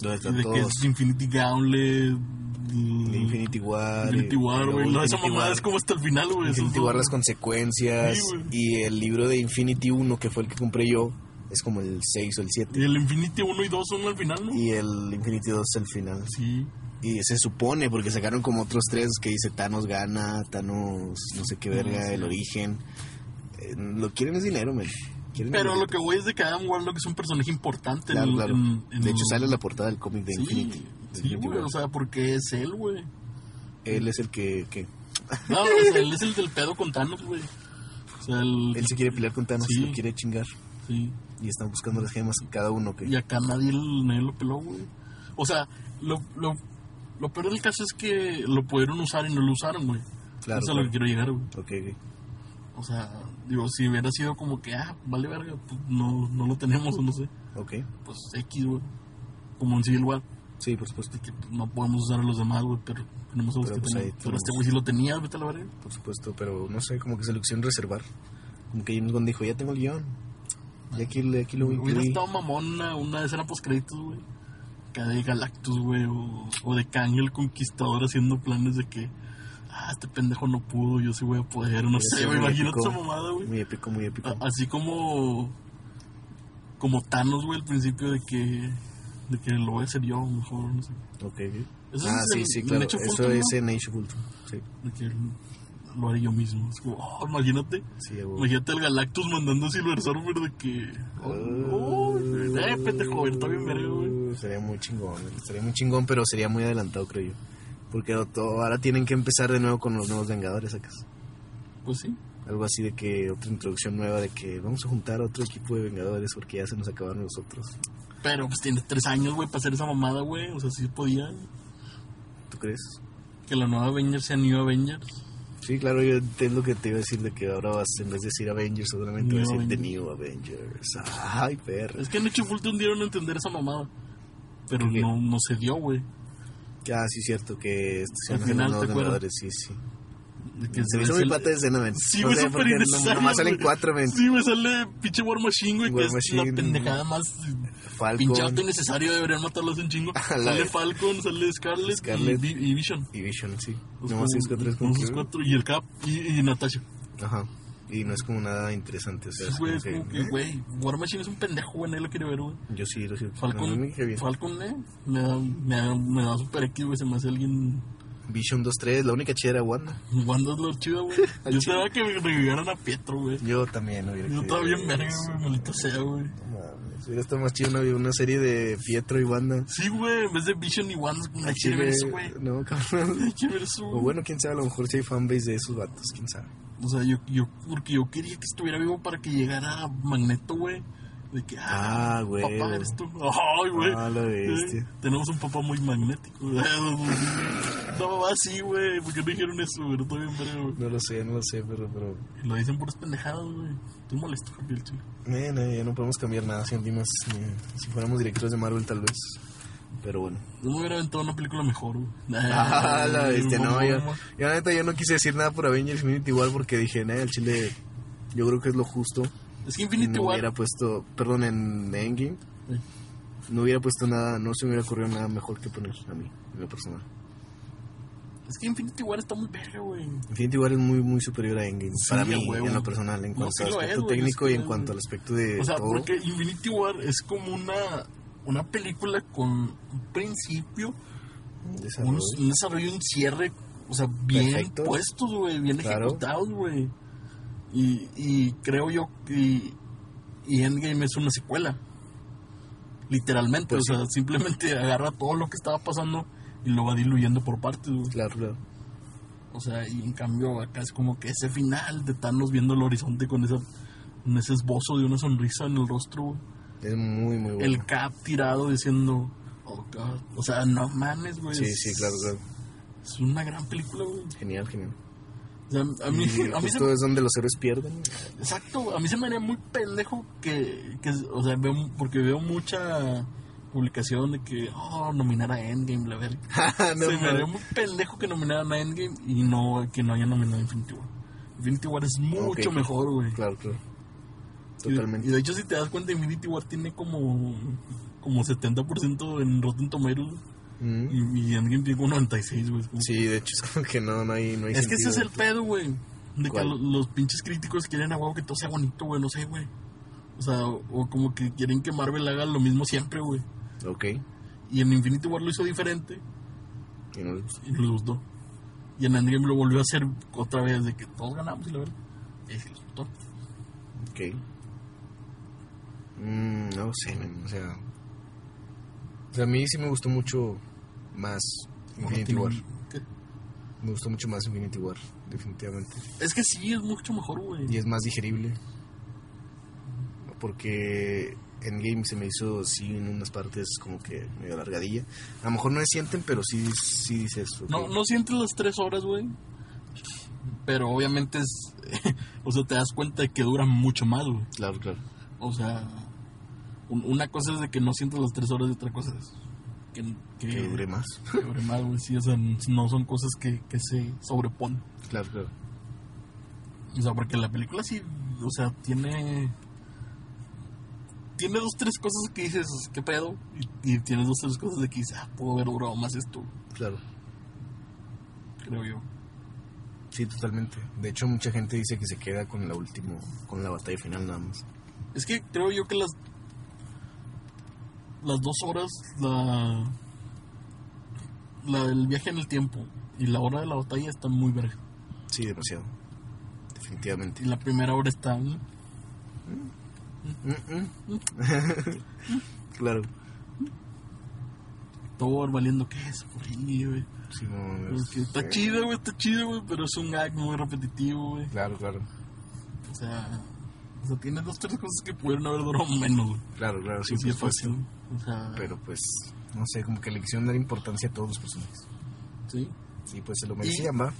S1: donde
S2: De
S1: están
S2: que
S1: todos.
S2: es Infinity Gauntlet. mm,
S1: de Infinity War.
S2: Infinity
S1: eh,
S2: War,
S1: luego
S2: güey. No, esa
S1: Infinity
S2: mamada
S1: War,
S2: es como hasta el final, güey. eso es
S1: Infinity
S2: lo-
S1: War las consecuencias.
S2: Sí, güey.
S1: y el libro de Infinity 1, que fue el que compré yo, es como el 6 o el 7.
S2: Y el Infinity 1 y 2 son al final, ¿no?
S1: Y el Infinity 2 es el final.
S2: Sí.
S1: Y se supone, porque sacaron como otros tres que dice Thanos gana, Thanos no sé qué verga, el origen. Eh, lo quieren es dinero, men. Quieren
S2: Pero
S1: dinero.
S2: lo que voy es de que Adam Warlock es un personaje importante. en
S1: Claro,
S2: el-
S1: claro.
S2: en- en
S1: de
S2: el-
S1: hecho, sale la portada del cómic de
S2: Sí,
S1: Infinity. de
S2: Sí,
S1: Infinity
S2: güey,
S1: War.
S2: o sea, porque es él, güey.
S1: Él es el que, que-
S2: No, o sea, él es el del pedo con Thanos, güey. O sea, el...
S1: Él se quiere pelear con Thanos,
S2: Sí.
S1: lo quiere chingar.
S2: Sí.
S1: Y están buscando las gemas cada uno. que
S2: Y acá nadie, nadie lo peló, güey. O sea, lo, lo, lo peor del caso es que lo pudieron usar y no lo usaron, güey.
S1: Claro,
S2: Eso es a lo
S1: claro.
S2: que quiero llegar, güey.
S1: Ok, ok.
S2: O sea, digo, si hubiera sido como que, ah, vale verga, pues no, no lo tenemos o no sé.
S1: Ok.
S2: Pues X, güey. Como en Civil War.
S1: Sí, por supuesto,
S2: de que pues, no podemos usar a los demás, güey, pero tenemos a los
S1: Pero,
S2: que
S1: pues, ahí
S2: tenemos. Pero
S1: tenemos.
S2: este güey sí lo tenía, vete a la verga.
S1: por supuesto. Pero no sé, como que se lo quisieron reservar. Como que James Gunn dijo, ya tengo el guión. Y aquí, aquí lo
S2: Hubiera
S1: incluí.
S2: estado mamón una, una escena post-créditos, güey. Acá de Galactus, güey, o, o de Kang el Conquistador haciendo planes de que, ah, este pendejo no pudo, yo sí voy a poder, no
S1: Hubiera
S2: sé,
S1: sido
S2: güey,
S1: muy
S2: imagínate
S1: épico.
S2: esa mamada, güey.
S1: Muy épico, muy épico.
S2: A- Así como. Como Thanos, güey, al principio de que. De que lo voy a hacer yo, mejor, no sé.
S1: Ok.
S2: Eso
S1: ah,
S2: es
S1: sí,
S2: en-
S1: sí,
S2: en
S1: claro.
S2: Age of
S1: Eso
S2: Ultron,
S1: es
S2: ¿no?
S1: en Age of Ultron. Sí,
S2: De que lo haré yo mismo. Es como, oh, imagínate.
S1: sí, a huevo.
S2: Imagínate al Galactus mandando a Silver Surfer de que. Oh, eh, pendejo, está bien verga, güey.
S1: Uh, Sería muy chingón. Sería muy chingón, pero sería muy adelantado, creo yo. Porque lo- todo- ahora tienen que empezar de nuevo con los nuevos Vengadores, acá.
S2: Pues sí.
S1: Algo así de que otra introducción nueva de que vamos a juntar otro equipo de Vengadores porque ya se nos acabaron los otros.
S2: Pero pues tiene tres años, güey, para hacer esa mamada, güey. O sea, sí podía.
S1: ¿Tú crees?
S2: Que la nueva Avengers sea New Avengers.
S1: Sí, claro, yo es lo que te iba a decir de que ahora vas, en vez de decir Avengers, seguramente vas a
S2: New
S1: decir The
S2: Avengers.
S1: New Avengers. Ay, perro.
S2: Es que en hecho Fulton dieron a entender esa mamada. Pero
S1: Creo que-
S2: no, no se dio, güey.
S1: Ah, sí, cierto, que este estos
S2: Al
S1: eran los
S2: final,
S1: nuevos
S2: ¿te acuerdas?
S1: Vengadores, sí, sí.
S2: De que
S1: Se me
S2: es
S1: hizo muy
S2: el-
S1: pata de escena, men.
S2: Sí,
S1: No
S2: güey,
S1: sé,
S2: súper
S1: porque
S2: innecesario,
S1: Nomás salen
S2: güey.
S1: cuatro, men.
S2: Sí, me sale pinche War Machine, güey,
S1: War
S2: que es
S1: Machine.
S2: la pendejada más
S1: Falcon
S2: pinche auto innecesario, deberían matarlos en chingo.
S1: A la
S2: sale
S1: vez.
S2: Falcon, sale Scarlet, y
S1: Scarlet.
S2: Vi- y, Vision.
S1: y Vision, sí.
S2: Los
S1: Nomás
S2: Pues como-
S1: es que uh. tres como
S2: los cuatro, y el Cap, y, y Natasha.
S1: que- Ajá. Y no es como nada interesante, o sea,
S2: Sí,
S1: es
S2: güey,
S1: como
S2: es como
S1: que-
S2: que, güey, War Machine es un pendejo, güey, nadie lo quiere ver, güey.
S1: Yo sí, lo siento. No, no
S2: Falcon,
S1: me dije bien.
S2: Falcon, eh, me da, me da, me da super X, güey, se me hace alguien...
S1: Vision 2-3, la única chida era Wanda.
S2: Wanda es lo chido, güey. Yo esperaba que revivaran a Pietro, güey.
S1: Yo también hubiera
S2: Yo
S1: querido
S2: estaba bien
S1: eso.
S2: verga, güey, maldita sea, güey.
S1: No mames, Hubiera estado más chido una, una serie de Pietro y Wanda.
S2: Sí, güey, en vez de Vision y Wanda, no
S1: Al
S2: quiere ver
S1: chile,
S2: eso, güey.
S1: No, cabrón.
S2: Hay que ver eso,
S1: O
S2: güey.
S1: bueno, quién sabe, a lo mejor si hay fanbase de esos vatos, quién sabe.
S2: O sea, yo, yo, porque yo quería que estuviera vivo para que llegara Magneto, güey. De que, ah,
S1: Ah, güey.
S2: Papá, eres tú. Ay, güey.
S1: Ah, la bestia.
S2: Eh, Tenemos un papá muy magnético. no, va así, güey. ¿Por qué no dijeron eso, güey? No está bien, verga, güey.
S1: No lo sé, no lo sé, pero... pero...
S2: Lo dicen puras pendejadas, güey. Estoy molesto, Javier, el chile.
S1: Eh, no, ya no podemos cambiar nada si andimos, eh, si fuéramos directores de Marvel tal vez. Pero bueno.
S2: Yo me hubiera aventado una película mejor, güey.
S1: Ah, la bestia, no,
S2: Mamá,
S1: yo,
S2: mamá.
S1: yo la neta yo no quise decir nada por Avengers Infinity War porque dije, nah, el chile yo creo que es lo justo.
S2: Es que Infinity
S1: no hubiera
S2: War.
S1: puesto, perdón, en Endgame,
S2: Sí.
S1: no hubiera puesto nada, no se me hubiera ocurrido nada mejor que poner a mí, en lo personal.
S2: Es que Infinity War está muy verga, güey.
S1: Infinity War es muy, muy superior a Endgame,
S2: Sí,
S1: para
S2: a
S1: mí,
S2: huevo.
S1: en lo personal, en
S2: No,
S1: cuanto
S2: sí
S1: al
S2: lo es,
S1: aspecto
S2: güey,
S1: técnico
S2: es
S1: y
S2: que-
S1: en cuanto al aspecto de
S2: O sea,
S1: todo.
S2: porque Infinity War es como una, una película con un principio, un,
S1: desarrollo.
S2: un desarrollo, un cierre, o sea, bien
S1: Perfecto.
S2: puestos, güey, bien
S1: Claro.
S2: ejecutados, güey. Y, y creo yo que y Endgame es una secuela. Literalmente,
S1: Pues
S2: o sea, simplemente agarra todo lo que estaba pasando y lo va diluyendo por partes, güey.
S1: Claro, claro.
S2: O sea, y en cambio acá es como que ese final de Thanos viendo el horizonte con esa, con ese esbozo de una sonrisa en el rostro, güey.
S1: Es muy, muy bueno.
S2: el cap tirado diciendo, oh God. O sea, no mames, güey.
S1: Sí,
S2: es-
S1: sí, claro, claro.
S2: Es una gran película, güey.
S1: Genial, genial.
S2: O sea, a mí,
S1: Y
S2: a mí se,
S1: justo es donde los héroes pierden.
S2: exacto, a mí se me haría muy pendejo que, que o sea, veo, porque veo mucha, publicación de que, oh, nominar a Endgame, la verga.
S1: Ah, No,
S2: Se me
S1: mames.
S2: haría muy pendejo que nominaran a Endgame y no que no hayan nominado a Infinity War. Infinity War es mucho
S1: Ok.
S2: mejor, güey.
S1: Claro, claro.
S2: Y- Y,
S1: Totalmente.
S2: de hecho, si te das cuenta, Infinity War tiene como, como 70% en Rotten Tomatoes
S1: Mm.
S2: y, y Endgame tiene como 96, güey. Es como-
S1: Sí, de hecho es como que no, no hay, no hay
S2: Es que ese es el
S1: sentido.
S2: pedo, güey. De que
S1: ¿Cuál?
S2: lo- los pinches críticos quieren a huevo que todo sea bonito, güey. No sé, güey. O sea, o- o como que quieren que Marvel haga lo mismo siempre, güey.
S1: Ok.
S2: Y en Infinity War lo hizo diferente
S1: Y no le gusta.
S2: y no les gustó. Y en Endgame lo volvió a hacer otra vez de que todos ganamos y la verdad. Y ahí sí les gustó.
S1: Ok. Mm, no sé, men, o sea. O sea, a mí sí me gustó mucho más Infinity
S2: Bueno,
S1: War.
S2: tiene- ¿qué?
S1: Me gustó mucho más Infinity War, definitivamente.
S2: Es que sí, es mucho mejor,
S1: Y
S2: güey.
S1: es más digerible. Porque Endgame se me hizo, sí, en unas partes como que medio largadilla. A lo mejor no se sienten, pero sí, sí dices. ok.
S2: No, no sientes las tres horas, güey. Pero obviamente es. o sea, te das cuenta de que dura mucho más, güey.
S1: Claro, claro.
S2: O sea, un- una cosa es de que no sientas las tres horas y otra cosa es que, que,
S1: Que dure más.
S2: que dure más, güey. Sí, o sea, n- no son cosas que, que se sobreponen.
S1: Claro, claro.
S2: O sea, porque la película sí, o sea, tiene... Tiene dos, tres cosas que dices, ¿qué pedo? Y, y tienes dos, tres cosas de que dices, ah, pudo haber durado más esto,
S1: Claro.
S2: creo yo.
S1: Sí, totalmente. De hecho, mucha gente dice que se queda con la última, con la batalla final nada más.
S2: Es que creo yo que las... Las dos horas, la... la el viaje en el tiempo y la hora de la batalla están muy verga.
S1: Sí, demasiado. Definitivamente.
S2: Y la primera hora está. ¿no?
S1: Mm, mm. claro.
S2: Thor valiendo que es por ahí, güey.
S1: Sí, no, no,
S2: Pues que está
S1: sí.
S2: chido, güey, está chido, güey, pero es un gag muy repetitivo, güey.
S1: Claro, claro.
S2: O sea, o sea, tiene dos, tres cosas que pudieron haber durado menos, güey.
S1: Claro, claro, sí,
S2: Sí, sí,
S1: por
S2: es
S1: supuesto.
S2: fácil. O sea,
S1: Pero pues, no sé, como que le quisieron dar importancia a todos los personajes.
S2: sí.
S1: Y pues se lo merecían, ¿va?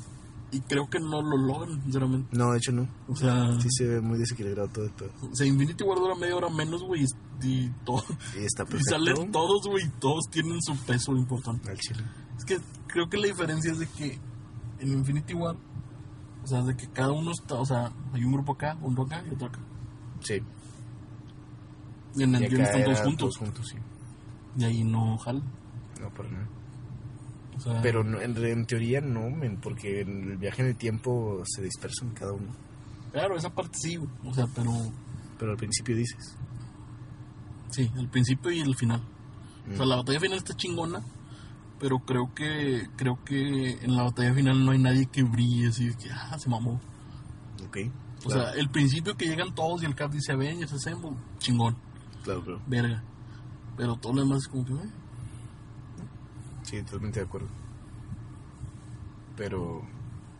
S2: Y creo que no lo logran, sinceramente.
S1: No, de hecho no.
S2: O sea,
S1: Sí se ve muy desequilibrado todo el pedo.
S2: o sea Infinity War dura media hora menos, güey, y- y, todo,
S1: Y está
S2: y
S1: perfecto.
S2: salen todos, güey, y todos tienen su peso importante.
S1: Al chile.
S2: Es que creo que la diferencia es de que en Infinity War, o sea, de que cada uno está, o sea, hay un grupo acá, uno acá y otro acá.
S1: Sí.
S2: Y en
S1: Y
S2: el
S1: acá
S2: guion están todos
S1: era
S2: juntos.
S1: juntos, sí.
S2: Y ahí no jala.
S1: No, para nada.
S2: O sea,
S1: Pero no- en, re- en teoría no, men, porque en el viaje en el tiempo se dispersan cada uno.
S2: claro, esa parte sí, güey. o sea, pero
S1: Pero al principio dices.
S2: sí, el principio y el final. O sea,
S1: Mm.
S2: la batalla final está chingona, pero creo que creo que en la batalla final no hay nadie que brille así de que ah, se mamó.
S1: Ok.
S2: O
S1: Claro,
S2: sea, el principio que llegan todos y el cap dice Avengers, Assemble, chingón,
S1: claro, claro.
S2: verga. Pero todo lo demás es como que, "Eh".
S1: Sí, totalmente de acuerdo. Pero,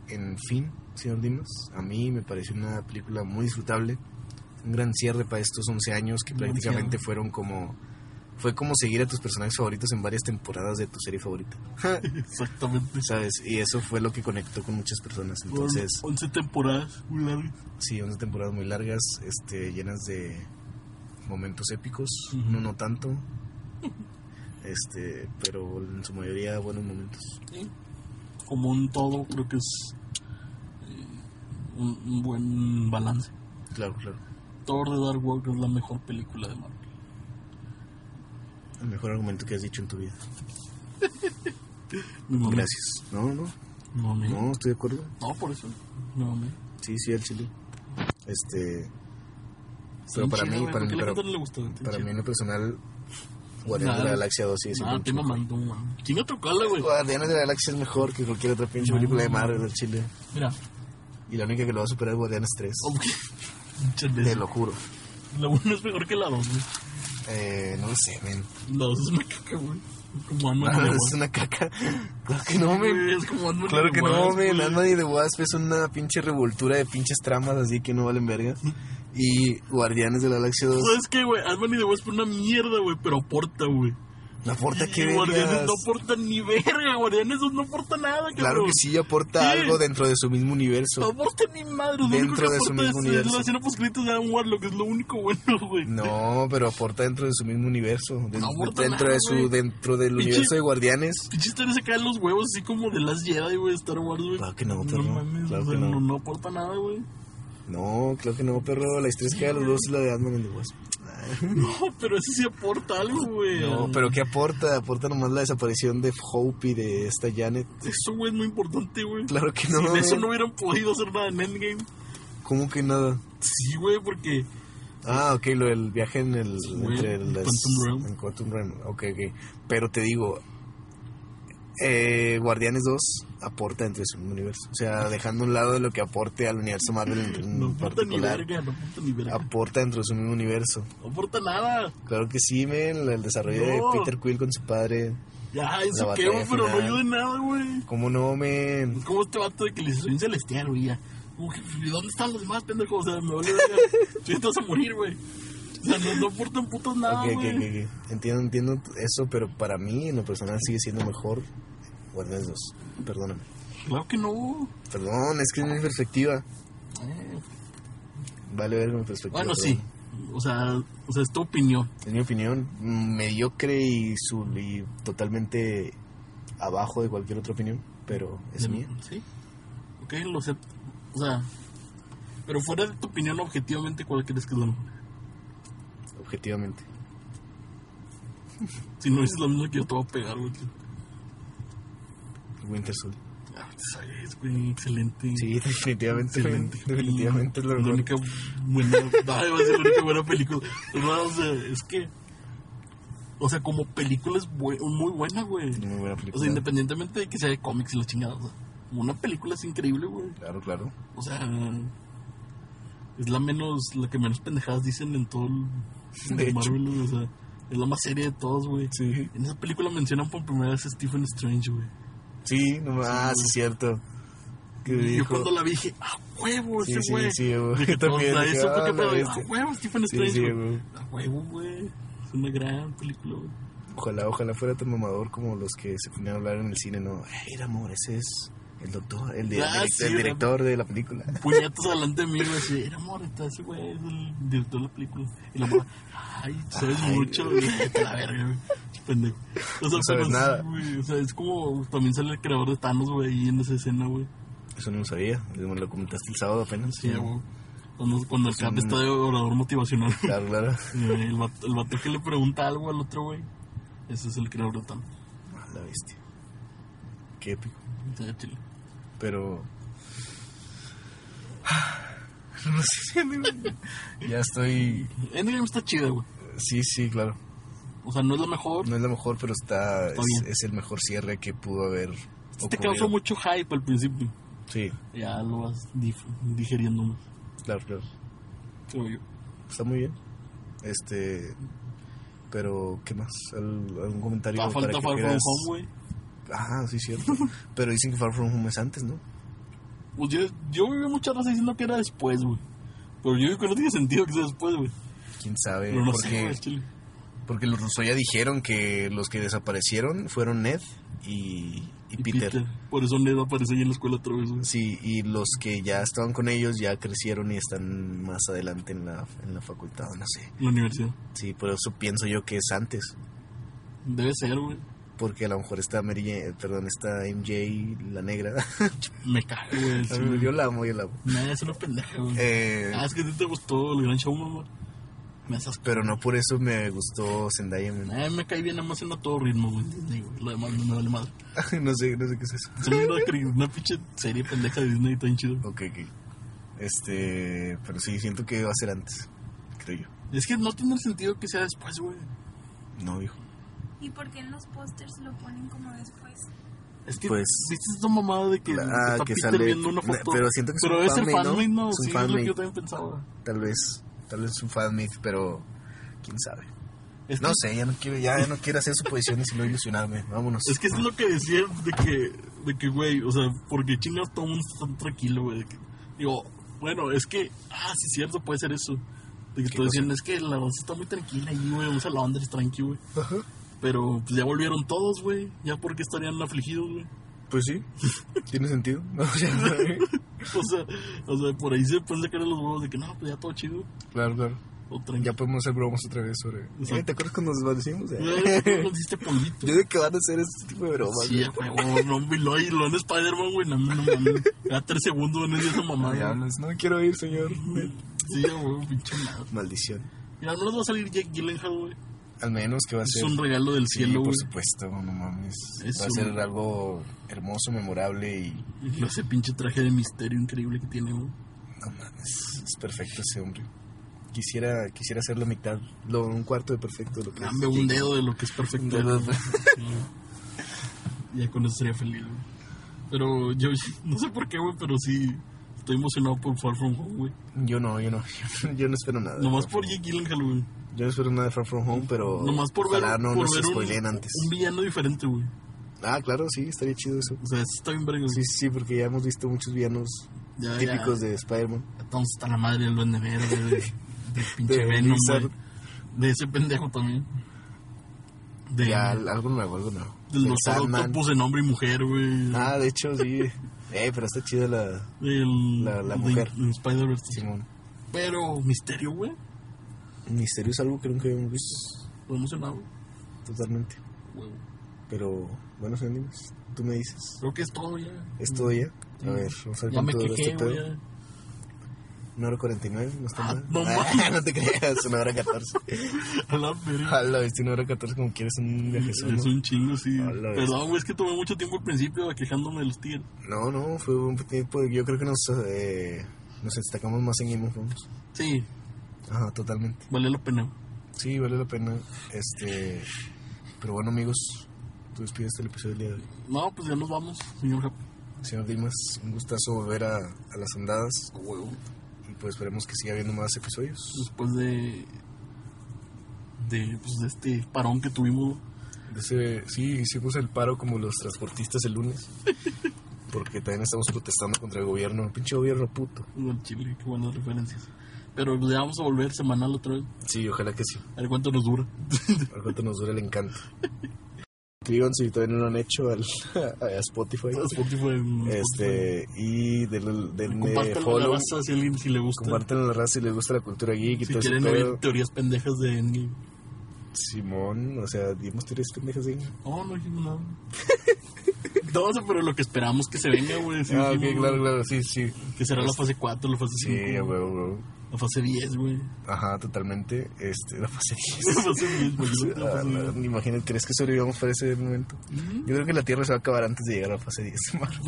S1: en fin, señor Dimas, a mí me pareció una película muy disfrutable. Un gran cierre para estos 11 años que
S2: Un gran
S1: prácticamente
S2: cierre.
S1: fueron como... Fue como seguir a tus personajes favoritos en varias temporadas de tu serie favorita.
S2: exactamente.
S1: ¿Sabes? Y eso fue lo que conectó con muchas personas. Entonces,
S2: Fueron 11 temporadas, muy largas.
S1: sí, 11 temporadas muy largas, este, llenas de momentos épicos,
S2: Ujú.
S1: no no tanto. Este, pero en su mayoría buenos momentos.
S2: Sí. Como un todo, creo que es eh, un, un buen balance.
S1: Claro, claro.
S2: Thor de Dark World es la mejor película de Marvel.
S1: El mejor argumento que has dicho en tu vida.
S2: Mi mamá.
S1: Gracias. No, no,
S2: Mi mamá.
S1: no, estoy de acuerdo.
S2: No, por eso. Mi mamá.
S1: Sí, sí, al chile. Este,
S2: Está
S1: pero
S2: bien
S1: para
S2: chida,
S1: mí,
S2: güey,
S1: para
S2: ¿por
S1: mí,
S2: qué la
S1: para,
S2: gente no le gustó? Está bien
S1: para mí
S2: chida.
S1: en lo personal, Guardianes de la
S2: Nada.
S1: Galaxia 2 sigue siendo
S2: Ah,
S1: mucho
S2: te
S1: mejor.
S2: mamando, mamá. Chinga tu cola, güey.
S1: Guardianes de la Galaxia es mejor que cualquier otra pinche
S2: No.
S1: película de Marvel al chile.
S2: Mira.
S1: Y la única que lo va a superar es Guardianes 3.
S2: ok. Muchas
S1: Te
S2: veces.
S1: lo juro.
S2: La 1 es mejor que la 2, güey.
S1: Eh, no lo sé, men.
S2: La 2 es una caca, güey. Como Ant-Man and the
S1: es
S2: Wasp.
S1: una caca. Claro que no, men.
S2: Güey, Es como Ant-Man
S1: Claro
S2: and
S1: que
S2: the
S1: no,
S2: Wasp,
S1: men.
S2: güey.
S1: Ant-Man y The Wasp es una pinche revoltura de pinches tramas así que no valen verga. Y Guardianes de la Galaxia 2. Pues,
S2: Pues ¿Sabes qué, güey? Ant-Man y The Wasp es una mierda, güey, pero aporta, güey.
S1: No aporta
S2: Y-
S1: que
S2: y Guardianes
S1: vergas.
S2: no aporta ni verga, Guardianes no aporta nada, cabrón.
S1: Claro que sí aporta
S2: Sí.
S1: algo dentro de su mismo
S2: No
S1: universo.
S2: aporta ni madre, lo
S1: Dentro
S2: único que
S1: de su
S2: aporta
S1: mismo
S2: es
S1: universo.
S2: la escena postcritos de Adam Warlock, es lo único bueno, güey.
S1: No, pero aporta dentro de su mismo universo. de-
S2: No aporta
S1: dentro
S2: nada,
S1: de su
S2: güey.
S1: dentro del
S2: Pinche-
S1: universo de Guardianes.
S2: Pinche historia se caen los huevos así como de las Jedi, güey, de Star Wars, güey.
S1: Claro que no, perro,
S2: No mames,
S1: claro
S2: o sea,
S1: que no.
S2: no, no aporta nada, güey.
S1: No, claro que no, perro. La historia que de los dos es la de Ant-Man and the Wasp.
S2: No, pero eso sí aporta algo, güey.
S1: No, pero ¿qué aporta? Aporta nomás la desaparición de Hope y de esta Janet.
S2: Eso, güey, es muy importante, güey.
S1: Claro que no.
S2: Sin
S1: güey.
S2: eso no hubieran podido hacer nada en Endgame.
S1: ¿Cómo que nada?
S2: Sí, güey, porque
S1: Ah, ok, lo del viaje en el.
S2: güey,
S1: entre
S2: en
S1: las-
S2: Quantum Realm.
S1: En Quantum Realm. Ok, ok. Pero te digo. eh, Guardianes 2 aporta entre su mismo universo. O sea, dejando a un lado de lo que aporte al universo Marvel en
S2: no aporta ni
S1: particular. Ah.
S2: verga, no aporta ni verga.
S1: aporta dentro de su mismo universo.
S2: No aporta nada.
S1: Claro que sí, men. El desarrollo de
S2: No.
S1: Peter Quill con su padre.
S2: Ya, eso
S1: La
S2: qué, güey,
S1: batalla
S2: pero no
S1: final.
S2: ayuda en nada, güey.
S1: ¿Cómo no, men?
S2: Como este vato de que le hizo un celestial, güey. ya. Como que, ¿y ¿Dónde están los demás pendejos? O sea, me vale verga. Tú ya te vas a morir, güey. O sea, no, no aportan putos nada,
S1: Ok,
S2: Ah, güey.
S1: ok, ok, ok. Entiendo, entiendo eso, pero para mí, en lo personal, sigue siendo mejor Guardianes 2. Perdóname.
S2: Claro que no.
S1: Perdón, es que es mi perspectiva.
S2: Eh,
S1: Vale ver mi perspectiva.
S2: Bueno,
S1: pero
S2: sí. O sea, o sea, es tu opinión.
S1: En mi opinión, mm, mediocre y, su, y totalmente abajo de cualquier otra opinión, pero es mía.
S2: Sí. Ok, lo sé. O sea, pero fuera de tu opinión, objetivamente, ¿cuál crees que es la mejor?
S1: objetivamente.
S2: Si no dices lo mismo que yo te voy a pegar, güey.
S1: Winter Soul.
S2: Ah, sabes, güey, excelente.
S1: Sí, definitivamente.
S2: Excelente.
S1: Definitivamente es lo
S2: La
S1: mejor.
S2: única buena. Ay, va a ser la única buena película. No, o sea, es que. O sea, como película es bu- muy buena, güey.
S1: Muy buena
S2: O
S1: película.
S2: sea, independientemente de que sea de cómics y la chingada. O sea, como una película es increíble, güey.
S1: Claro, claro.
S2: O sea. Es la menos. La que menos pendejadas dicen en todo el.
S1: De
S2: de
S1: hecho.
S2: Marvel, güey, O sea, es la más seria de todas, güey.
S1: Sí.
S2: En esa película mencionan por primera vez a Stephen Strange, güey.
S1: Sí, no más, ah, sí, es cierto. Que
S2: Y Yo
S1: dijo-
S2: cuando la vi dije, ¡ah, huevo
S1: Sí,
S2: ese
S1: sí,
S2: güey!
S1: sí, güey.
S2: Dije,
S1: También
S2: "Todo está
S1: dije,
S2: eso
S1: "Ah,
S2: fue que
S1: la
S2: pedo".
S1: bestia.
S2: ¡Ah, huevo, Stephen
S1: Sí,
S2: Strange!
S1: sí,
S2: güey.
S1: güey.
S2: ¡Ah, huevo, güey! Es una gran película, güey.
S1: Ojalá, ojalá fuera tan mamador como los que se ponían a hablar en el cine, ¿no? Ay, era amor, ese es el doctor, el, de-
S2: Ah,
S1: el direct-
S2: sí,
S1: el
S2: era-
S1: director de la película.
S2: Puñetas delante de mí, güey. Así, era moreta, ese güey es el director de la película. Y la morra, ¡ay, sabes
S1: Ay,
S2: mucho! güey. Vete a la verga, güey. Pendejo.
S1: No
S2: O sea,
S1: sabes
S2: pero sí,
S1: nada.
S2: güey, o sea, es como también sale el creador de Thanos, güey, ahí en esa escena, güey.
S1: Eso no lo sabía, me lo comentaste el sábado apenas.
S2: Sí, güey. Cuando, cuando el
S1: Es
S2: Cap
S1: un-
S2: está de orador motivacional.
S1: Claro, claro.
S2: Eh, El vato, el vato que le pregunta algo al otro güey. Ese es el creador de Thanos.
S1: Ah, La bestia. Qué épico.
S2: Está chile.
S1: Pero... No sé si- Ya estoy...
S2: Endgame está chida, güey.
S1: Sí, sí, claro.
S2: O sea, no es la mejor.
S1: No es lo mejor, pero está,
S2: Está
S1: es,
S2: bien.
S1: es el mejor cierre que pudo haber.
S2: Te
S1: ocurrido.
S2: causó mucho hype al principio.
S1: Sí,
S2: Ya lo vas dif- digeriendo más.
S1: claro, claro.
S2: creo yo.
S1: Está muy bien. Este. Pero, ¿qué más? ¿Al- ¿Algún comentario?
S2: Todavía Ah, falta Far From
S1: quieras-
S2: Home, güey.
S1: Ah, sí, cierto. pero dicen que Far From Home es antes, ¿no?
S2: Pues yo, yo viví muchas veces diciendo que era después, güey. Pero yo digo que no tiene sentido que sea después, güey.
S1: Quién sabe.
S2: Pero no
S1: Eh, porque,
S2: sé, güey, al chile.
S1: porque los rusos ya dijeron que los que desaparecieron fueron Ned y, y
S2: Y
S1: Peter.
S2: Por eso Ned aparece ahí en la escuela otra vez, güey.
S1: Sí, y los que ya estaban con ellos ya crecieron y están más adelante en la, en la facultad, o no sé.
S2: En la universidad.
S1: Sí, por eso pienso yo que es antes.
S2: Debe ser, güey.
S1: Porque a lo mejor está Mary Jane- perdón, está MJ, la negra.
S2: Me cago, güey. al chile.
S1: yo la amo, yo la amo.
S2: Nah, es una pendeja, güey.
S1: Eh,
S2: Ah, es que a ti te gustó el gran showman, güey. Me haces
S1: pero no por eso me gustó Zendaya. men.
S2: Eh, me cae bien, nada más en a todo ritmo, güey. Disney, güey. Lo demás no me vale madre.
S1: no sé, no sé qué es eso.
S2: Es una, cri- una pinche serie pendeja de Disney tan chido.
S1: Ok, ok. Este, pero sí, siento que va a ser antes, creo yo.
S2: Es que no tiene sentido que sea después, güey.
S1: No, hijo.
S4: ¿Y por qué en los pósters lo ponen como después?
S2: Es que,
S1: Pues-
S2: ¿viste esa mamada de que
S1: La-
S2: está
S1: que
S2: Peter
S1: sale-
S2: viendo una foto?
S1: pero siento que es
S2: Pero
S1: un
S2: debe ser
S1: fanmade, ¿no?
S2: fanmade, ¿no?
S1: Es un
S2: Sí, es lo que
S1: fanmade.
S2: yo también pensaba.
S1: Tal vez, tal vez un fanmate, pero quién sabe.
S2: Es
S1: No
S2: que-
S1: sé, ya no quiero, ya, ya no quiero hacer suposiciones y no ilusionarme. Vámonos.
S2: Es que eso es lo que decía de que, de que, güey, o sea, porque chingados todo el mundo está tan tranquilo, güey. de que- Digo, bueno, es que, ah, sí, es cierto, puede ser eso. De que
S1: ¿Qué
S2: todos
S1: cosa?
S2: diciendo, es que la raza está muy tranquila ahí, güey, vamos a Londres tranqui, güey.
S1: Ajá.
S2: Pero pues, ya volvieron todos, güey. Ya porque estarían afligidos, güey.
S1: Pues sí, tiene sentido. No, eh. o sea,
S2: O sea, o sea, por ahí se pueden sacar los huevos de que no, pues ya todo chido.
S1: claro, claro.
S2: O
S1: Ya
S2: tranquilo.
S1: podemos hacer bromas otra vez sobre.
S2: Sí.
S1: Eh, ¿Te acuerdas cuando nos desvanecimos? Eh?
S2: Ya. Nos diste polvito.
S1: Yo de que van a hacer este tipo de bromas.
S2: Sí,
S1: güey.
S2: a huevo, no, hombre, lo, y lo en Spider-Man, güey, no, no, no, mames. A tres segundos no es esa mamá, güey.
S1: Diablos, no me quiero ir, señor.
S2: Sí, a huevo, pinche madre.
S1: Maldición.
S2: Mira, no les va a salir Jake Gyllenhaal, güey.
S1: Al menos que va a
S2: Es pues.
S1: ser.
S2: un regalo del
S1: Sí, por
S2: cielo, güey.
S1: supuesto, no mames.
S2: Es
S1: va a
S2: un-
S1: ser algo hermoso, memorable y.
S2: Y ese pinche traje de misterio increíble que tiene, güey.
S1: No mames, es perfecto ese hombre. Quisiera, quisiera hacer la mitad, lo, un cuarto de perfecto. Lo que es.
S2: Dame un dedo de lo que es perfecto.
S1: Un dedo.
S2: güey. Sí. Ya con eso sería feliz, güey. Pero yo no sé por qué, güey, pero sí estoy emocionado por Far From Home, güey.
S1: Yo no, yo no, yo no espero nada.
S2: Nomás por Jake Gyllenhaal, güey.
S1: Yo no espero nada de Far From Home, pero
S2: Nomás por ver,
S1: ojalá no
S2: por
S1: nos
S2: ver
S1: spoileen
S2: un,
S1: antes.
S2: un villano diferente, güey.
S1: Ah, claro, sí, estaría chido eso.
S2: O sea, eso está bien verga,
S1: Sí,
S2: güey.
S1: sí, porque ya hemos visto muchos villanos
S2: Ah, Ya,
S1: típicos
S2: ya.
S1: de Spider-Man.
S2: Entonces está la madre del duende verde, güey, de, de pinche
S1: De
S2: Venom, güey.
S1: Lizard.
S2: De ese pendejo también. De,
S1: Ya, algo nuevo, algo nuevo.
S2: del
S1: Del
S2: doctor
S1: Sandman.
S2: Octopus en hombre y mujer, güey.
S1: Ah, de hecho, sí. eh, pero está chida la
S2: del,
S1: la- la
S2: de-
S1: mujer.
S2: de Spider-Verse.
S1: Simón.
S2: Pero misterio, güey.
S1: Misterio es algo que nunca habíamos visto,
S2: Estoy emocionado.
S1: totalmente.
S2: güey.
S1: Pero, buenos amigos, tú me dices.
S2: Creo que es todo ya.
S1: Esto ya. A ver, vamos a ver
S2: Mm. Ya me
S1: cuánto dura este
S2: quejé, güey.
S1: pedo. Una hora 49, no está
S2: Ah,
S1: mal.
S2: no
S1: no te creas, una hora 14.
S2: A la verga.
S1: Jala, viste, una hora 14 como quieres un viaje
S2: Es un chingo, sí.
S1: este A la
S2: Perdón, güey, es que tomé mucho tiempo al principio quejándome de los tigres.
S1: No, no, fue un tiempo. Yo creo que nos, eh, nos destacamos más en Game of Thrones.
S2: Sí,
S1: Ajá, totalmente.
S2: vale la pena.
S1: Sí, vale la pena. Este. Pero bueno, amigos, tú despides el episodio del día de hoy.
S2: No, pues ya nos vamos, señor Jap.
S1: Señor Dimas, un gustazo volver a, a las andadas.
S2: Huevo.
S1: Y pues esperemos que siga habiendo más episodios
S2: Después de. De, pues, de este parón que tuvimos.
S1: De ese- sí, hicimos el paro como los transportistas el lunes. Porque también estamos protestando contra el gobierno. Pinche gobierno puto.
S2: güey, en Chile, qué buenas referencias. Pero pues, ya vamos a volver semanal otra vez.
S1: Sí, ojalá que sí.
S2: A ver cuánto nos dura.
S1: Por cuánto nos dura el encanto. Suscríbanse si todavía no lo han hecho al, a Spotify.
S2: Spotify, Spotify.
S1: Este, y del, del de
S2: Compártanlo a la
S1: follow.
S2: raza si a alguien si le gusta.
S1: Compartan a la raza si les gusta la cultura geek y
S2: si
S1: todo ese
S2: quieren
S1: pedo.
S2: oír teorías pendejas de Endgame.
S1: Simón, o sea, dimos tres pendejas ahí.
S2: No, no dijimos nada. no, o sea, pero lo que esperamos que se venga, güey. sí
S1: ah, ok,
S2: dijimos,
S1: claro, claro, sí, sí.
S2: Que será la fase 4, la fase
S1: Sí,
S2: 5,
S1: a huevo, huevo.
S2: la fase 10, güey.
S1: Ajá, totalmente. Este, la pasé.
S2: La fase 10, güey. la
S1: Ah,
S2: fase
S1: no,
S2: 10.
S1: Imagínate, ¿crees que sobrevivamos para ese momento? Yo creo que la Tierra se va a acabar antes de llegar a la fase 10.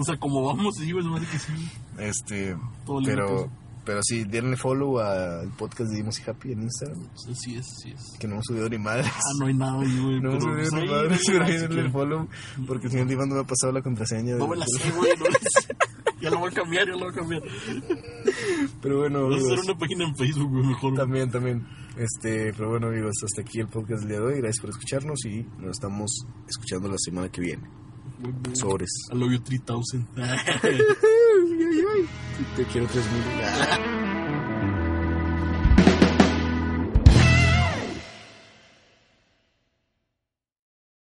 S2: O sea, como vamos, sí, güey, se me hace que sí.
S1: Este,
S2: Todo lindo,
S1: pero,
S2: pues.
S1: pero sí, denle follow al podcast de Dimos y Happy en Instagram,
S2: O sea, sí es, sí es.
S1: que no hemos subido ni madres.
S2: Ah, no hay nada ahí, güey.
S1: No hemos
S2: pero,
S1: subido
S2: pues,
S1: ni
S2: ahí,
S1: madres,
S2: ahí,
S1: pero ahí
S2: ahí,
S1: denle
S2: sí,
S1: follow, porque el señor Iván no me ha pasado la contraseña.
S2: No
S1: del-
S2: me la sé, güey. no la sé. Ya lo voy a cambiar, ya lo voy a cambiar.
S1: Pero bueno,
S2: Voy a hacer
S1: amigos,
S2: una página en Facebook, güey, mejor. güey.
S1: también, también. Este, pero bueno, amigos, hasta aquí el podcast del día de hoy. Gracias por escucharnos y nos estamos escuchando la semana que viene.
S2: Güey, güey.
S1: Sobres.
S2: I love you 3000.
S1: Te quiero tres mil.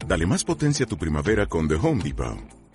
S5: Dale más potencia a tu primavera con The Home Depot.